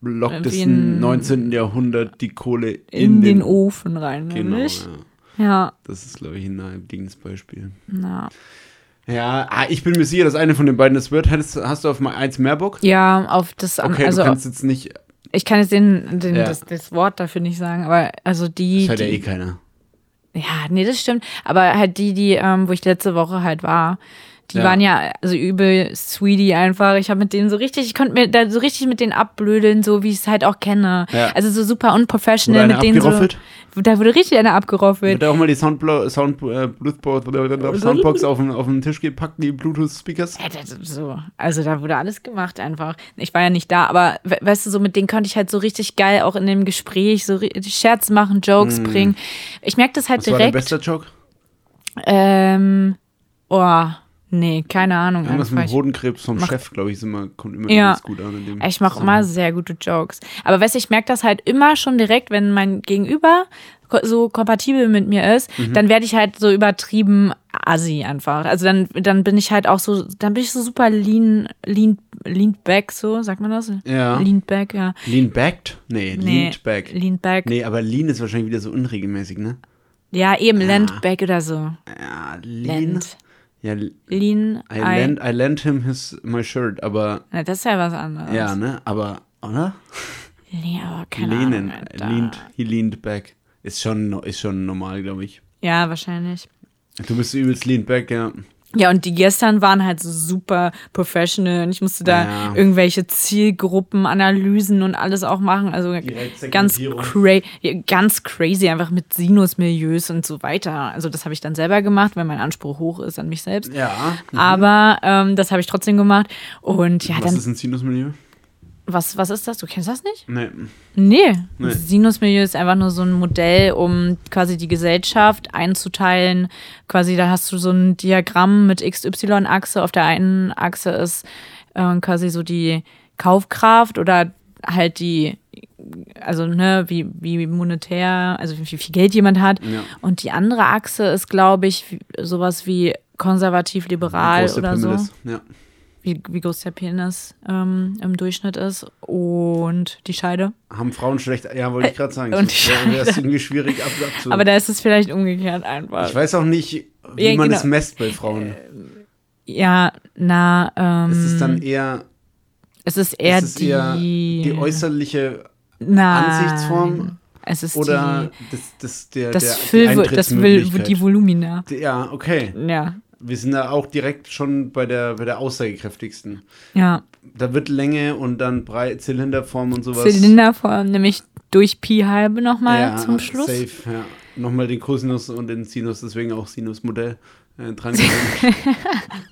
A: Block des
B: Wie in-
A: 19. Jahrhundert die Kohle
B: In, den, Ofen rein,
A: Genau, ja.
B: nämlich. Ja,
A: Das ist, glaube ich, ein naheliegendes Beispiel.
B: na.
A: Ja, ah, ich bin mir sicher, dass eine von den beiden es wird. Hättest, hast du auf mal eins mehr Bock?
B: Ja, auf das. an-
A: Okay,
B: also,
A: du kannst jetzt nicht.
B: ich kann jetzt den, den,
A: Ja.
B: das, das Wort dafür nicht sagen, aber also die.
A: Das hat ja eh
B: die
A: keiner.
B: ja, nee, das stimmt. Aber halt die, die, ähm, wo ich letzte Woche halt war. Die
A: Ja.
B: waren ja also übel sweetie einfach. Ich habe mit denen so richtig, ich konnte mir da so richtig mit denen abblödeln, so wie ich es halt auch kenne.
A: Ja.
B: Also so super
A: Wurde
B: unprofessional
A: einer
B: mit denen so.
A: abgeroffelt?
B: Da wurde richtig einer abgeroffelt.
A: Wird da auch mal die Soundblo Sound äh, Bluetooth- Soundbox auf den, auf den Tisch gepackt, die Bluetooth-Speakers?
B: Ja, das ist So, also da wurde alles gemacht einfach. Ich war ja nicht da, aber we weißt du, so mit denen konnte ich halt so richtig geil auch in dem Gespräch so ri- Scherz machen, Jokes
A: Hm.
B: bringen. Ich merke das halt
A: Das war der
B: direkt.
A: beste Joke.
B: Ähm, oh, Nee, keine Ahnung.
A: Irgendwas mit
B: einfach.
A: dem Hodenkrebs vom
B: mach-
A: Chef, glaube ich, ist immer, kommt immer
B: Ja.
A: ganz gut an. In dem
B: Ich mache
A: Zusammenhang.
B: immer sehr gute Jokes. Aber weißt du, ich merke das halt immer schon direkt, wenn mein Gegenüber ko- so kompatibel mit mir ist,
A: Mhm.
B: dann werde ich halt so übertrieben assi einfach. Also dann, dann bin ich halt auch so, dann bin ich so super lean, lean, lean back, so, sagt man das?
A: Ja.
B: Lean back, ja.
A: Lean backed? Nee,
B: Nee,
A: leaned back.
B: Lean back.
A: Nee, aber lean ist wahrscheinlich wieder so unregelmäßig, ne?
B: Ja, eben land back oder so.
A: Ja, lean.
B: Land.
A: Ja, l-
B: Lean.
A: I,
B: I-
A: lent, I lent him his, my shirt, aber,
B: Na, das ist ja was anderes.
A: ja, ne? Aber, oder?
B: Nee, aber keine
A: Lehnen.
B: Ahnung. Alter.
A: Leaned, he leaned back. Ist schon, no- ist schon normal, glaube ich.
B: Ja, wahrscheinlich.
A: Du bist übelst leaned back, ja.
B: Ja, und die gestern waren halt so super professional und ich musste da
A: Ja.
B: irgendwelche Zielgruppen, Analysen und alles auch machen. Also ganz, cra ja, ganz crazy, einfach mit Sinusmilieus und so weiter. Also das habe ich dann selber gemacht, weil mein Anspruch hoch ist an mich selbst.
A: Ja.
B: Aber ähm, das habe ich trotzdem gemacht. Und ja,
A: Mhm. Was
B: dann,
A: ist ein Sinusmilieu?
B: was, was ist das? Du kennst das nicht?
A: Nee.
B: Nee.
A: Nee.
B: Sinusmilieu ist einfach nur so ein Modell, um quasi die Gesellschaft einzuteilen. Quasi, da hast du so ein Diagramm mit XY-Achse. Auf der einen Achse ist äh, quasi so die Kaufkraft oder halt die, also ne, wie, wie monetär, also wie viel Geld jemand hat.
A: Ja.
B: Und die andere Achse ist, glaube ich, wie- sowas wie konservativ-liberal
A: Groß der
B: oder so
A: Pimmel ist. Ja.
B: wie, wie groß der Penis ähm, im Durchschnitt ist und die Scheide.
A: Haben Frauen schlecht. Ja, wollte ich gerade sagen.
B: Äh, Und
A: Das wär- wär es irgendwie schwierig ab, abzu.
B: Aber da ist es vielleicht umgekehrt einfach.
A: ich weiß auch nicht, wie
B: Ja,
A: man
B: genau. Äh,
A: es messt bei Frauen.
B: Ja, na, ähm,
A: Ist es dann eher,
B: es ist eher
A: ist es
B: die,
A: eher die äußerliche
B: Nein.
A: Ansichtsform
B: Es ist
A: oder
B: die,
A: das, das, der, der,
B: das
A: die
B: Füll, das Will,
A: Eintrittsmöglichkeit?
B: die Volumina.
A: Ja, okay.
B: Ja,
A: Wir sind da auch direkt schon bei der, bei der aussagekräftigsten.
B: ja.
A: Da wird Länge und dann Brei Zylinderform und sowas.
B: Zylinderform, nämlich durch Pi halbe nochmal
A: ja, ah,
B: zum Schluss.
A: Safe, ja. Nochmal den Cosinus und den Sinus, deswegen auch Sinusmodell äh, dran gegangen.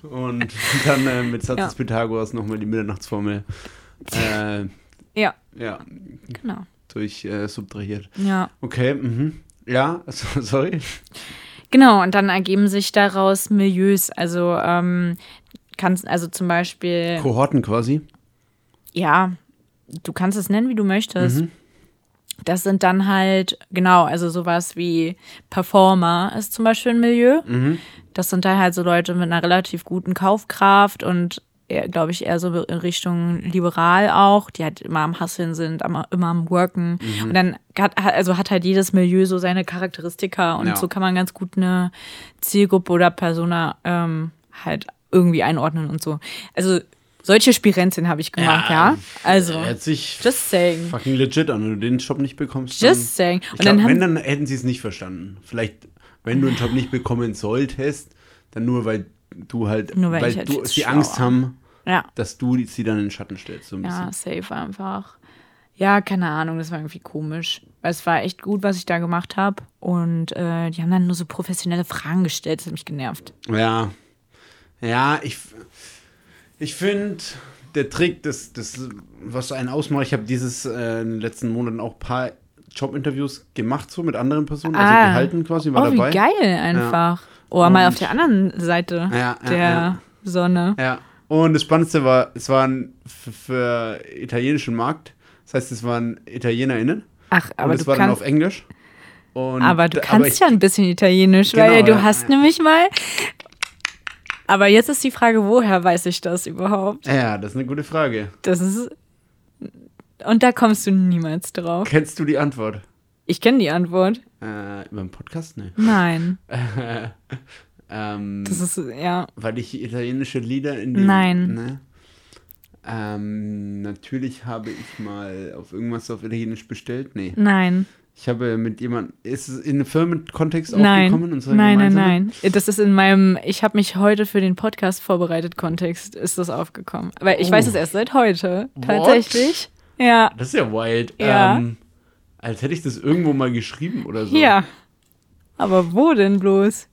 A: Und dann äh, mit Satz
B: Ja.
A: des Pythagoras nochmal die Mitternachtsformel. Äh,
B: Ja,
A: ja,
B: genau.
A: durch äh, subtrahiert.
B: Ja.
A: Okay, mhm. Ja, so, sorry.
B: Genau, und dann ergeben sich daraus Milieus. Also, ähm, kannst, also zum Beispiel.
A: Kohorten quasi.
B: ja, du kannst es nennen, wie du möchtest.
A: Mhm.
B: Das sind dann halt, genau, also sowas wie Performer ist zum Beispiel ein Milieu.
A: Mhm.
B: Das sind dann halt so Leute mit einer relativ guten Kaufkraft und glaube ich eher so in Richtung liberal auch, die halt immer am Hasseln sind, am, immer am Worken.
A: Mhm.
B: Und dann hat, also hat halt jedes Milieu so seine Charakteristika und
A: Ja.
B: so kann man ganz gut eine Zielgruppe oder Persona ähm, halt irgendwie einordnen und so. Also solche Spirenzien habe ich gemacht, ja. Also.
A: Hört sich
B: Just saying.
A: fucking legit an. Wenn du den Job nicht bekommst,
B: Just saying.
A: dann, ich
B: Und
A: glaub,
B: dann haben,
A: wenn, dann hätten sie es nicht verstanden. Vielleicht, wenn du einen Job nicht bekommen solltest, dann nur, weil du halt,
B: Nur weil ich halt
A: du,
B: viel
A: sie
B: schlauer
A: Angst haben,
B: ja,
A: dass du die- sie dann in den Schatten stellst. So ein
B: ja,
A: bisschen.
B: safe einfach. Ja, keine Ahnung, das war irgendwie komisch. Weil es war echt gut, was ich da gemacht habe. Und äh, die haben dann nur so professionelle Fragen gestellt. Das hat mich genervt.
A: Ja. Ja, ich, ich finde, der Trick, das, das, was einen ausmacht, ich habe dieses äh, in den letzten Monaten auch ein paar Jobinterviews gemacht, so mit anderen Personen, also
B: Ah.
A: gehalten quasi, war
B: Oh,
A: dabei.
B: wie geil einfach. Oh, mal auf
A: Und-
B: der anderen Seite
A: Ja, ja,
B: der
A: ja.
B: Sonne.
A: Ja. Und das Spannendste war, es waren für, für italienischen Markt, das heißt, es waren ItalienerInnen
B: Ach, aber
A: und es
B: du
A: war dann auf
B: kannst.
A: Englisch. Und
B: Aber du
A: da-
B: kannst
A: ich-
B: ja ein bisschen Italienisch,
A: Genau,
B: weil du
A: ja,
B: hast
A: ja.
B: nämlich mal. Aber jetzt ist die Frage, woher weiß ich das überhaupt?
A: Ja, das ist eine gute Frage.
B: Das ist. Und da kommst du niemals drauf.
A: Kennst du die Antwort?
B: Ich kenne die Antwort.
A: Äh, über den Podcast? Ne.
B: Nein.
A: ähm,
B: Das ist, ja.
A: weil ich italienische Lieder in den,
B: Nein.
A: Ne? Ähm, natürlich habe ich mal auf irgendwas auf Italienisch bestellt. Nee.
B: Nein.
A: Ich habe mit jemandem. Ist es in einem Firmenkontext
B: Nein.
A: aufgekommen? unsere
B: Nein, nein,
A: gemeinsame?
B: nein. Das ist in meinem, ich habe mich heute für den Podcast vorbereitet, Kontext ist das aufgekommen. Weil ich
A: Oh.
B: weiß es erst seit heute. Tatsächlich. Ja.
A: Das ist ja wild.
B: Ja.
A: Ähm, als hätte ich das irgendwo mal geschrieben oder so.
B: Ja. Aber wo denn bloß?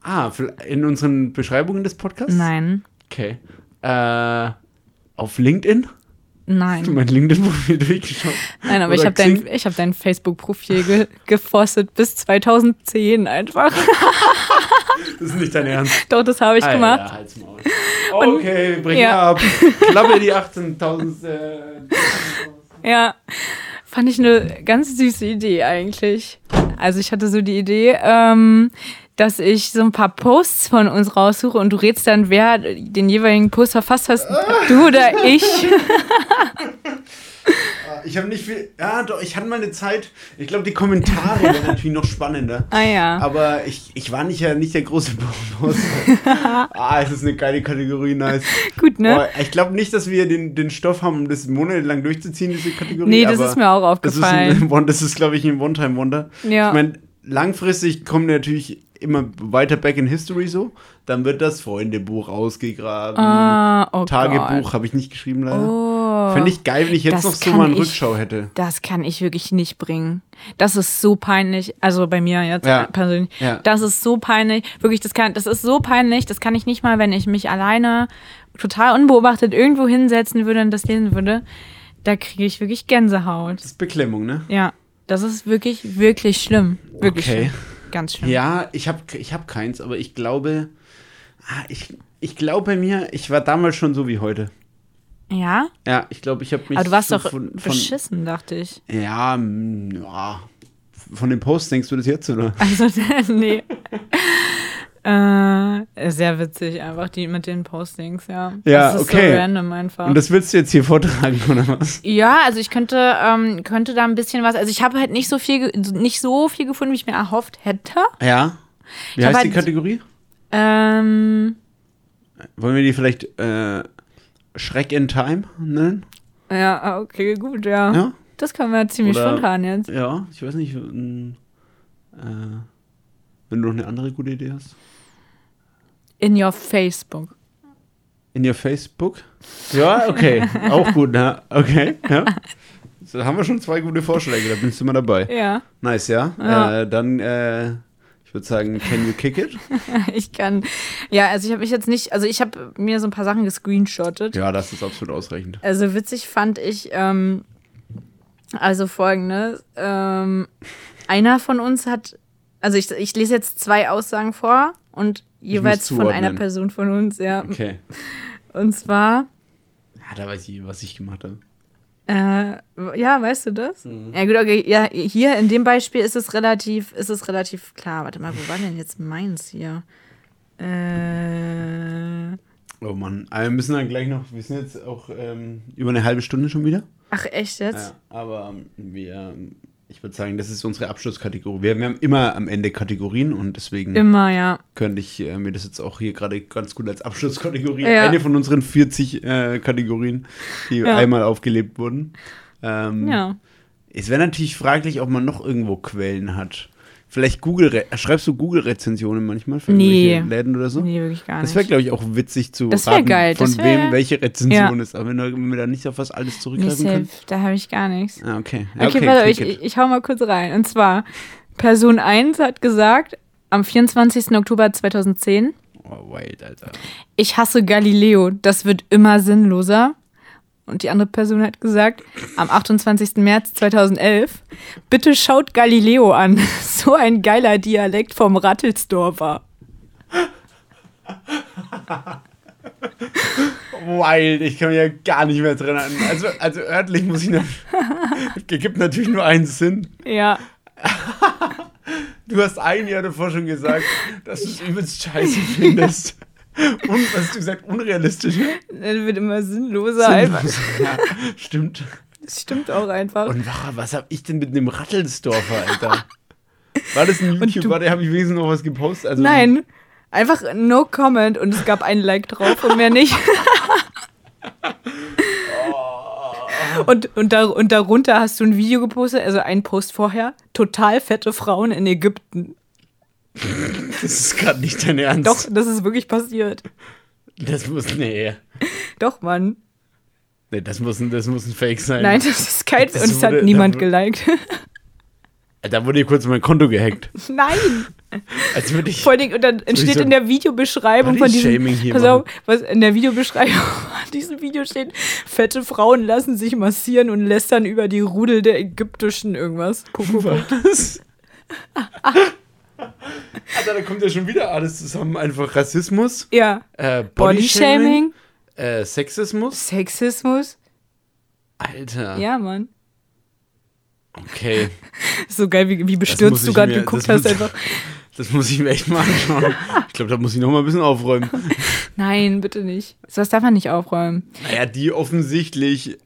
A: Ah, vielleicht in unseren Beschreibungen des Podcasts?
B: Nein.
A: Okay. Äh, auf LinkedIn? Hast du
B: Nein.
A: mein LinkedIn-Profil durchgeschaut?
B: Nein, aber
A: Oder
B: ich habe
A: Xing?
B: dein, ich hab dein Facebook-Profil ge gefostet bis 2010 einfach.
A: Das ist nicht dein Ernst.
B: Doch, das habe ich
A: Alter,
B: gemacht.
A: halt's Maul. Okay, bring
B: ja.
A: ab. Klappe die 18.000. Äh,
B: Ja, fand ich eine ganz süße Idee eigentlich. Also ich hatte so die Idee, ähm, dass ich so ein paar Posts von uns raussuche und du rätst dann, wer den jeweiligen Post verfasst hast, du oder ich.
A: ich habe nicht viel. Ja, doch, ich hatte mal eine Zeit. Ich glaube, die Kommentare wären natürlich noch spannender.
B: Ah ja.
A: Aber ich, ich war nicht, ja, nicht der große Bonus. ah, es ist eine geile Kategorie, nice.
B: Gut, ne?
A: Boah, Oh, ich glaube nicht, dass wir den, den Stoff haben, um das monatelang durchzuziehen, diese Kategorie.
B: Nee, das
A: aber
B: ist mir auch
A: das ist,
B: aufgefallen.
A: ein, One- das ist glaube ich, ein One-Time-Wonder.
B: Ja.
A: Ich meine, langfristig kommen wir natürlich immer weiter back in History so. Dann wird das Freundebuch ausgegraben.
B: Ah, oh
A: Tagebuch
B: Gott.
A: habe ich nicht geschrieben leider.
B: Oh.
A: Fände ich geil, wenn ich
B: Das
A: jetzt noch so
B: kann
A: mal eine
B: ich-
A: Rückschau hätte.
B: Das kann ich wirklich nicht bringen. Das ist so peinlich. Also bei mir jetzt
A: Ja.
B: persönlich.
A: Ja.
B: Das ist so peinlich. Wirklich, das kann, das ist so peinlich. Das kann ich nicht mal, wenn ich mich alleine total unbeobachtet irgendwo hinsetzen würde und das lesen würde. Da kriege ich wirklich Gänsehaut.
A: Das ist Beklemmung, ne?
B: Ja, das ist wirklich, wirklich schlimm. Wirklich
A: Okay.
B: schlimm. Ganz schlimm.
A: Ja, ich habe ich hab keins, aber ich glaube, ah, ich, ich glaube bei mir, ich war damals schon so wie heute.
B: Ja?
A: Ja, ich glaube, ich habe mich
B: Aber du warst
A: so
B: doch beschissen, dachte ich.
A: Ja, mm, ja. Von den Posts denkst du das jetzt, oder?
B: Also, nee. äh, sehr witzig, einfach die mit den Postings, ja.
A: Ja,
B: das ist
A: okay.
B: so random einfach.
A: Und das willst du jetzt hier vortragen, oder was?
B: Ja, also ich könnte, ähm, könnte da ein bisschen was. Also ich habe halt nicht so viel, ge- nicht so viel gefunden, wie ich mir erhofft hätte.
A: Ja. Wie
B: Ich hab
A: heißt die
B: halt-
A: Kategorie?
B: Ähm,
A: Wollen wir die vielleicht äh, Schreck in Time nennen?
B: ja, ah, okay, gut, ja.
A: Ja?
B: Das können wir ziemlich
A: Oder-
B: spontan jetzt.
A: Ja, ich weiß nicht. ähm, äh, wenn du noch eine andere gute Idee hast.
B: In your Facebook.
A: In your Facebook? Ja, okay. Auch gut, ne? Okay, ja. So, da haben wir schon zwei gute Vorschläge, da bin ich immer dabei.
B: Ja,
A: Nice, ja.
B: Ja.
A: Äh, dann, äh, ich würde sagen, can you kick it?
B: ich kann. Ja, also ich habe mich jetzt nicht, also ich habe mir so ein paar Sachen gescreenshottet.
A: Ja, das ist absolut ausreichend.
B: Also witzig fand ich, ähm, also folgendes, ähm, einer von uns hat, also ich, ich lese jetzt zwei Aussagen vor und jeweils von
A: zuordnen.
B: einer Person von uns, ja.
A: Okay.
B: Und zwar,
A: Ja, da weiß ich, was ich gemacht habe.
B: äh, ja, weißt du das?
A: Mhm.
B: Ja gut, okay, ja, hier in dem Beispiel ist es relativ, ist es relativ klar. Warte mal, wo war denn jetzt meins hier? Äh,
A: Oh Mann, aber wir müssen dann gleich noch, wir sind jetzt auch ähm, über eine halbe Stunde schon wieder.
B: ach echt jetzt?
A: Ja, aber ähm, wir, ähm, ich würde sagen, das ist unsere Abschlusskategorie. Wir, wir haben immer am Ende Kategorien und deswegen
B: Immer, ja.
A: könnte ich äh, mir das jetzt auch hier gerade ganz gut als Abschlusskategorie,
B: Ja.
A: eine von unseren 40 äh, Kategorien, die
B: Ja.
A: einmal aufgelebt wurden. Ähm,
B: Ja.
A: Es wäre natürlich fraglich, ob man noch irgendwo Quellen hat. Vielleicht Google, schreibst du Google-Rezensionen manchmal für
B: Nee.
A: irgendwelche Läden oder so?
B: Nee, wirklich gar nicht.
A: Das wäre, glaube ich, auch witzig zu
B: Das wär
A: raten,
B: geil,
A: von
B: das wär-
A: wem welche Rezension
B: Ja.
A: ist. Aber wenn wir- wenn wir da nicht auf was alles
B: Nee,
A: zurückgreifen
B: safe,
A: können.
B: da habe ich gar nichts.
A: Ah, okay. Ja,
B: Okay, warte, ich,
A: click it.
B: ich, ich hau mal kurz rein. Und zwar, Person 1 hat gesagt, am 24. Oktober 2010,
A: Oh, wild, Alter.
B: ich hasse Galileo, das wird immer sinnloser. Und die andere Person hat gesagt, am 28. März 2011, bitte schaut Galileo an. So ein geiler Dialekt vom Rattelsdorfer.
A: Wild, ich kann mich ja gar nicht mehr dran erinnern. Also, also örtlich muss ich noch. Es gibt natürlich nur einen Sinn.
B: Ja,
A: Du hast ein Jahr davor schon gesagt, dass du es übelst scheiße findest. Und was hast du gesagt, unrealistisch?
B: das wird immer sinnloser. Einfach.
A: Ja, stimmt.
B: Das stimmt auch einfach.
A: Und wach, was hab ich denn mit einem Rattelsdorfer, Alter? War das ein YouTube?
B: du-
A: Warte, habe ich wenigstens noch was gepostet? Also,
B: Nein, einfach no comment und es gab einen Like drauf und mehr nicht.
A: Oh.
B: Und, und, da, und darunter hast du ein Video gepostet, also einen Post vorher. Total fette Frauen in Ägypten.
A: Das ist gerade nicht dein Ernst.
B: Doch, das ist wirklich passiert.
A: Das muss, nee.
B: Doch, Mann.
A: nee das, muss, ein- das muss ein Fake sein.
B: Nein, das ist kein.
A: Das
B: und es
A: wurde-
B: hat niemand
A: da-
B: geliked.
A: Da wurde kurz mein Konto gehackt.
B: Nein.
A: Als würde ich.
B: Vor allen Dingen, und dann entsteht
A: so ein
B: in der Videobeschreibung von
A: Bodyshaming
B: diesem.
A: hier
B: Pass auf, was in der Videobeschreibung von diesem Video steht: Fette Frauen lassen sich massieren und lästern über die Rudel der ägyptischen irgendwas. Guck, guck, guck.
A: Was? Alter, Also, da kommt ja schon wieder alles zusammen. Einfach Rassismus,
B: Ja.
A: äh,
B: Bodyshaming,
A: Bodyshaming, äh, Sexismus.
B: Sexismus.
A: Alter.
B: Ja, Mann.
A: Okay.
B: So geil, wie, wie
A: Das muss
B: bestürzt du
A: ich
B: gerade
A: mir-
B: geguckt
A: das
B: hast.
A: muss-
B: Einfach.
A: Das muss ich mir echt mal anschauen. Ich glaube, da muss ich noch mal ein bisschen aufräumen.
B: Nein, bitte nicht. Sowas darf man nicht aufräumen.
A: Naja, die offensichtlich.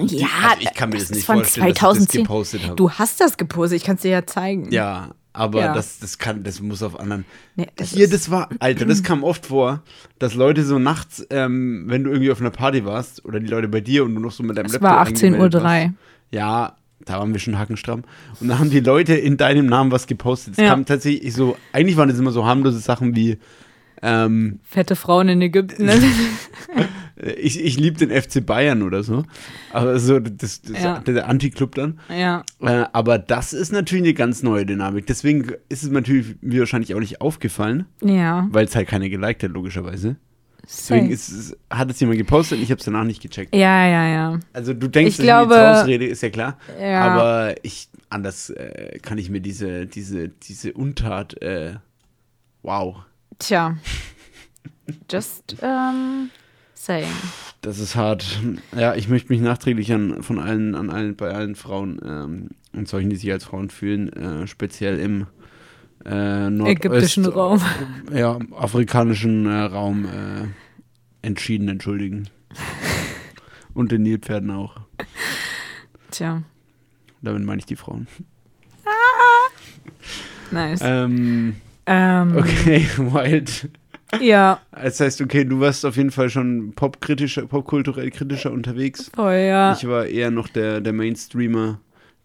A: Die,
B: Ja,
A: also ich kann mir das,
B: ist
A: nicht
B: von
A: vorstellen, dass ich
B: 2010.
A: das gepostet habe.
B: Du hast das gepostet, ich kann es dir ja zeigen.
A: Ja, aber
B: Ja.
A: Das, das kann, das muss auf anderen.
B: Nee, das
A: Hier,
B: ist-
A: das war, Alter, das kam oft vor, dass Leute so nachts, ähm, wenn du irgendwie auf einer Party warst oder die Leute bei dir und du noch so mit deinem
B: Es
A: Laptop
B: war
A: angemeldet
B: 18:03
A: warst. Ja, da waren wir schon hackenstramm. Und da haben die Leute in deinem Namen was gepostet. Es
B: Ja.
A: kam tatsächlich so, eigentlich waren das immer so harmlose Sachen wie, ähm,
B: Fette Frauen in Ägypten. ne?
A: ich, ich liebe den FC Bayern oder so. Aber so, das, das,
B: Ja.
A: der Anti-Club dann.
B: ja.
A: Äh, aber das ist natürlich eine ganz neue Dynamik. Deswegen ist es natürlich mir wahrscheinlich auch nicht aufgefallen,
B: Ja.
A: weil es halt keiner geliked hat, logischerweise. Deswegen
B: Safe.
A: ist, es- hat es jemand gepostet und ich habe es danach nicht gecheckt.
B: Ja, ja, ja.
A: Also du denkst,
B: Ich
A: das ist jetzt
B: glaube-
A: Ausrede, ist ja klar.
B: Ja.
A: Aber ich, anders äh, kann ich mir diese, diese, diese Untat, äh, wow,
B: Tja. Just ähm, saying.
A: das ist hart. Ja, ich möchte mich nachträglich an, von allen, an allen, bei allen Frauen ähm, und solchen, die sich als Frauen fühlen, äh, speziell im äh, Nordöst-
B: Ägyptischen Raum.
A: ja, afrikanischen äh, Raum äh, entschieden entschuldigen. Und den Nilpferden auch.
B: Tja.
A: Damit meine ich die Frauen.
B: Nice.
A: Ähm,
B: ähm,
A: okay, wild.
B: Ja,
A: Das heißt, okay, du warst auf jeden Fall schon popkritischer, popkulturell kritischer unterwegs.
B: voll, ja.
A: Ich war eher noch der, der Mainstreamer,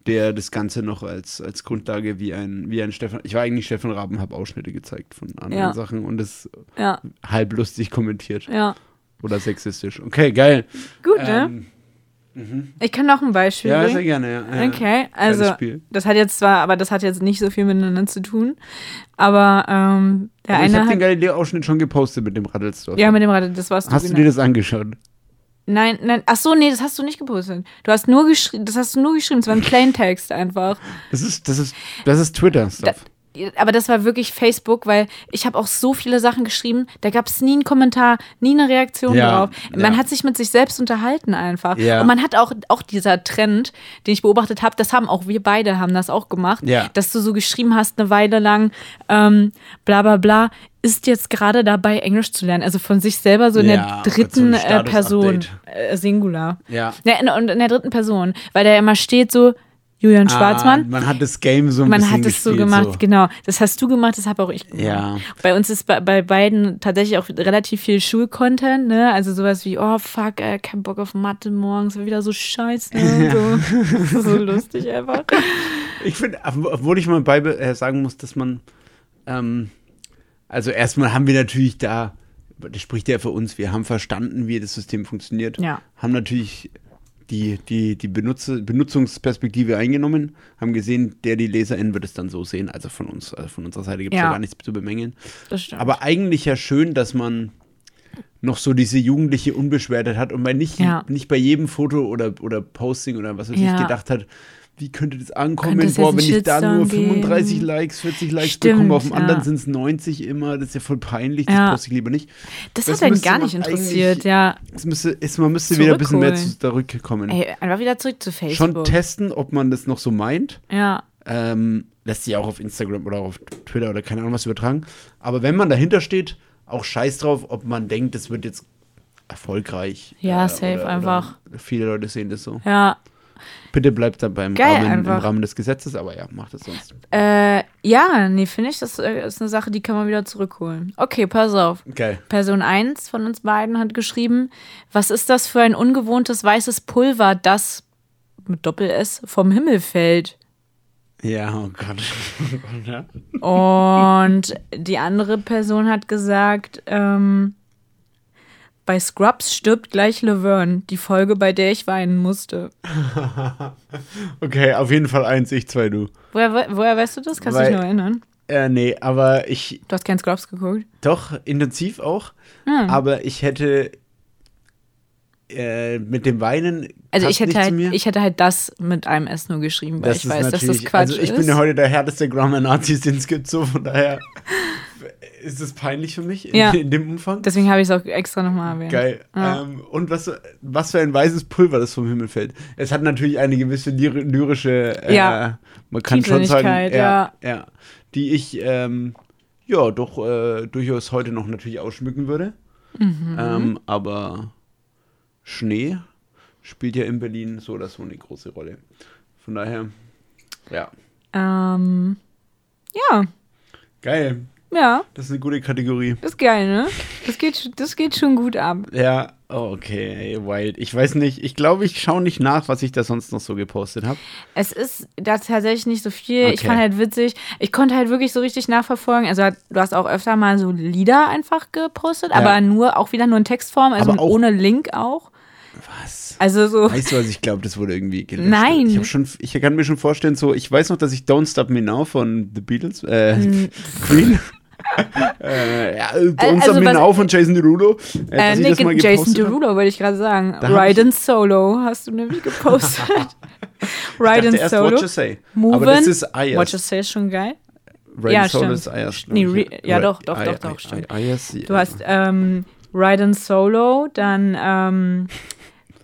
A: der das Ganze noch als, als Grundlage wie ein, wie ein Stefan. Ich war eigentlich Stefan Raben, habe Ausschnitte gezeigt von anderen
B: Ja.
A: Sachen und das
B: ja,
A: halb lustig kommentiert
B: ja.
A: oder sexistisch. Okay, geil.
B: Gut, ne?
A: Ähm,
B: Ich kann noch ein Beispiel
A: ja, sehr
B: bringen.
A: gerne. Ja, ja.
B: Okay,
A: Geiles
B: also
A: Spiel.
B: das hat jetzt zwar, aber das hat jetzt nicht so viel miteinander zu tun. Aber ähm, der
A: Aber ich
B: eine
A: habe den
B: hat,
A: Galileo-Ausschnitt schon gepostet mit dem Rattelsdorf.
B: ja mit dem Rad, das warst du.
A: Hast du
B: genau.
A: dir das angeschaut?
B: Nein, nein, ach so, nee, das hast du nicht gepostet. Du hast nur geschrieben, das hast du nur geschrieben, es war ein Plaintext einfach.
A: Das ist, das ist, das ist Twitter-Stuff.
B: aber das war wirklich Facebook, weil ich habe auch so viele Sachen geschrieben, da gab es nie einen Kommentar, nie eine Reaktion
A: Ja,
B: drauf. Man
A: ja.
B: hat sich mit sich selbst unterhalten einfach.
A: Ja.
B: Und man hat auch, auch dieser Trend, den ich beobachtet habe, das haben auch wir beide haben das auch gemacht,
A: Ja.
B: dass du so geschrieben hast eine Weile lang, ähm, bla bla bla, ist jetzt gerade dabei, Englisch zu lernen. Also von sich selber so in
A: Ja,
B: der dritten
A: so
B: äh,
A: ein
B: Person,
A: Status-Update.
B: äh, Singular.
A: Ja.
B: Ne, in- und in der dritten Person, weil da ja immer steht so, Julian Schwarzmann,
A: Ah, man hat das Game so ein
B: man
A: bisschen
B: hat es so
A: gespielt,
B: gemacht, genau. Das hast du gemacht, das habe auch ich gemacht.
A: Ja.
B: Bei uns ist bei, bei beiden tatsächlich auch relativ viel Schulcontent, ne? Also sowas wie, oh fuck, ey, kein Bock auf Mathe morgens, war wieder so scheiße. Ne? So. so lustig einfach.
A: Ich finde, obwohl ich mal bei äh, sagen muss, dass man, ähm, also erstmal haben wir natürlich da, das spricht ja für uns, wir haben verstanden, wie das System funktioniert.
B: Ja.
A: Haben natürlich die, die, die Benutzer, Benutzungsperspektive eingenommen, haben gesehen, der, die LeserInnen wird es dann so sehen, also von uns, also von unserer Seite gibt es ja.
B: Ja.
A: gar nichts zu bemängeln.
B: Das stimmt.
A: Aber eigentlich ja schön, dass man noch so diese jugendliche Unbeschwertheit hat und man nicht,
B: Ja.
A: nicht bei jedem Foto oder, oder Posting oder was weiß
B: Ja.
A: ich gedacht hat, wie könnte das ankommen?
B: Könnte es
A: Boah,
B: jetzt
A: wenn
B: einen
A: ich da nur
B: Shitstorm
A: 35
B: geben?
A: Likes, 40 Likes
B: Stimmt,
A: bekomme, auf dem
B: ja.
A: anderen sind es 90 immer, das ist ja voll peinlich, das
B: Ja.
A: poste ich lieber nicht.
B: das,
A: das
B: hat einen
A: müsste
B: gar
A: man
B: nicht interessiert,
A: eigentlich-
B: ja.
A: Es müsste, es, man müsste wieder ein bisschen mehr
B: Zurückholen.
A: zu, zurückkommen.
B: Ey, einfach wieder zurück zu
A: Schon
B: Facebook.
A: testen, ob man das noch so meint.
B: ja.
A: Ähm, lässt sich auch auf Instagram oder auf Twitter oder keine Ahnung was übertragen. Aber wenn man dahinter steht, auch scheiß drauf, ob man denkt, es wird jetzt erfolgreich. äh,
B: Ja, safe einfach.
A: Oder viele Leute sehen das so.
B: Ja.
A: Bitte bleibt da beim
B: Geil,
A: Rahmen, im
B: einfach.
A: Rahmen des Gesetzes, aber ja, macht es sonst.
B: Äh, ja, nee, finde ich, das äh, ist eine Sache, die kann man wieder zurückholen. Okay, pass auf.
A: Geil.
B: Person 1 von uns beiden hat geschrieben, was ist das für ein ungewohntes weißes Pulver, das mit Doppel-S vom Himmel fällt?
A: Ja, oh Gott. ja.
B: Und die andere Person hat gesagt, ähm, bei Scrubs stirbt gleich Laverne, die Folge, bei der ich weinen musste.
A: Okay, auf jeden Fall eins, ich zwei, du.
B: Woher, we- woher weißt du das? Kannst du
A: Weil-
B: dich noch erinnern?
A: Äh, nee, aber ich,
B: Du hast kein Scrubs geguckt?
A: Doch, intensiv auch.
B: Hm.
A: Aber ich hätte. äh, mit dem Weinen.
B: Also
A: passt
B: ich hätte,
A: nicht zu
B: halt,
A: mir.
B: ich hätte halt das mit einem S nur geschrieben, weil ich
A: ist
B: weiß, dass das
A: natürlich-
B: Quatsch
A: also ich bin
B: ist.
A: ja heute der härteste Grammar Nazis, den es gibt, so von daher ist es peinlich für mich in,
B: Ja.
A: in dem Umfang.
B: Deswegen habe ich es auch extra nochmal erwähnt.
A: Geil.
B: Ja.
A: Ähm, und was, was für ein weißes Pulver, das vom Himmel fällt. Es hat natürlich eine gewisse lyri- lyrische, äh,
B: Ja.
A: man kann schon sagen,
B: Tiefsinnigkeit,
A: ja, ja, die ich ähm, ja doch äh, durchaus heute noch natürlich ausschmücken würde.
B: Mhm.
A: Ähm, aber Schnee spielt ja in Berlin so oder so eine große Rolle. Von daher, ja,
B: Ähm, ja,
A: geil.
B: ja,
A: Das ist eine gute Kategorie.
B: ist geil, ne? Das geht, sch- das geht schon gut ab.
A: Ja, oh, okay, wild. Ich weiß nicht, ich glaube, ich schaue nicht nach, was ich da sonst noch so gepostet habe.
B: Es ist da tatsächlich nicht so viel. Ich
A: Okay.
B: fand halt witzig. Ich konnte halt wirklich so richtig nachverfolgen. Also hat- du hast auch öfter mal so Lieder einfach gepostet, aber nur auch wieder nur in Textform, also
A: Aber auch-
B: ohne Link auch.
A: Was?
B: Also so.
A: Weißt du, was ich glaube, das wurde irgendwie gelöscht.
B: Nein.
A: Ich, hab schon, ich kann mir schon vorstellen, so, ich weiß noch, dass ich Don't Stop Me Now von The Beatles, äh,
B: Hm.
A: Queen. äh, ja, Don't
B: also
A: Stop Me
B: was-
A: Now von Jason Derulo. Äh,
B: Äh,
A: dass ich
B: Nick
A: das mal
B: und Jason
A: gepostet hab.
B: Derulo, würde ich gerade sagen.
A: hab
B: Ride and Solo hast du nämlich gepostet.
A: Ich
B: Ride
A: dachte
B: and
A: erst
B: Solo.
A: What You Say.
B: Movin'.
A: Aber das ist Ayers.
B: Watch Say ist schon geil.
A: Ride
B: Ja,
A: and Solo
B: stimmt.
A: ist Ayers.
B: Nee,
A: glaub ich.
B: Re- ja,
A: Ri-
B: doch, doch,
A: Ay-
B: doch, doch,
A: Ay-
B: stimmt.
A: Ay- Ayers,
B: Du hast ähm, Ride and Solo, dann ähm,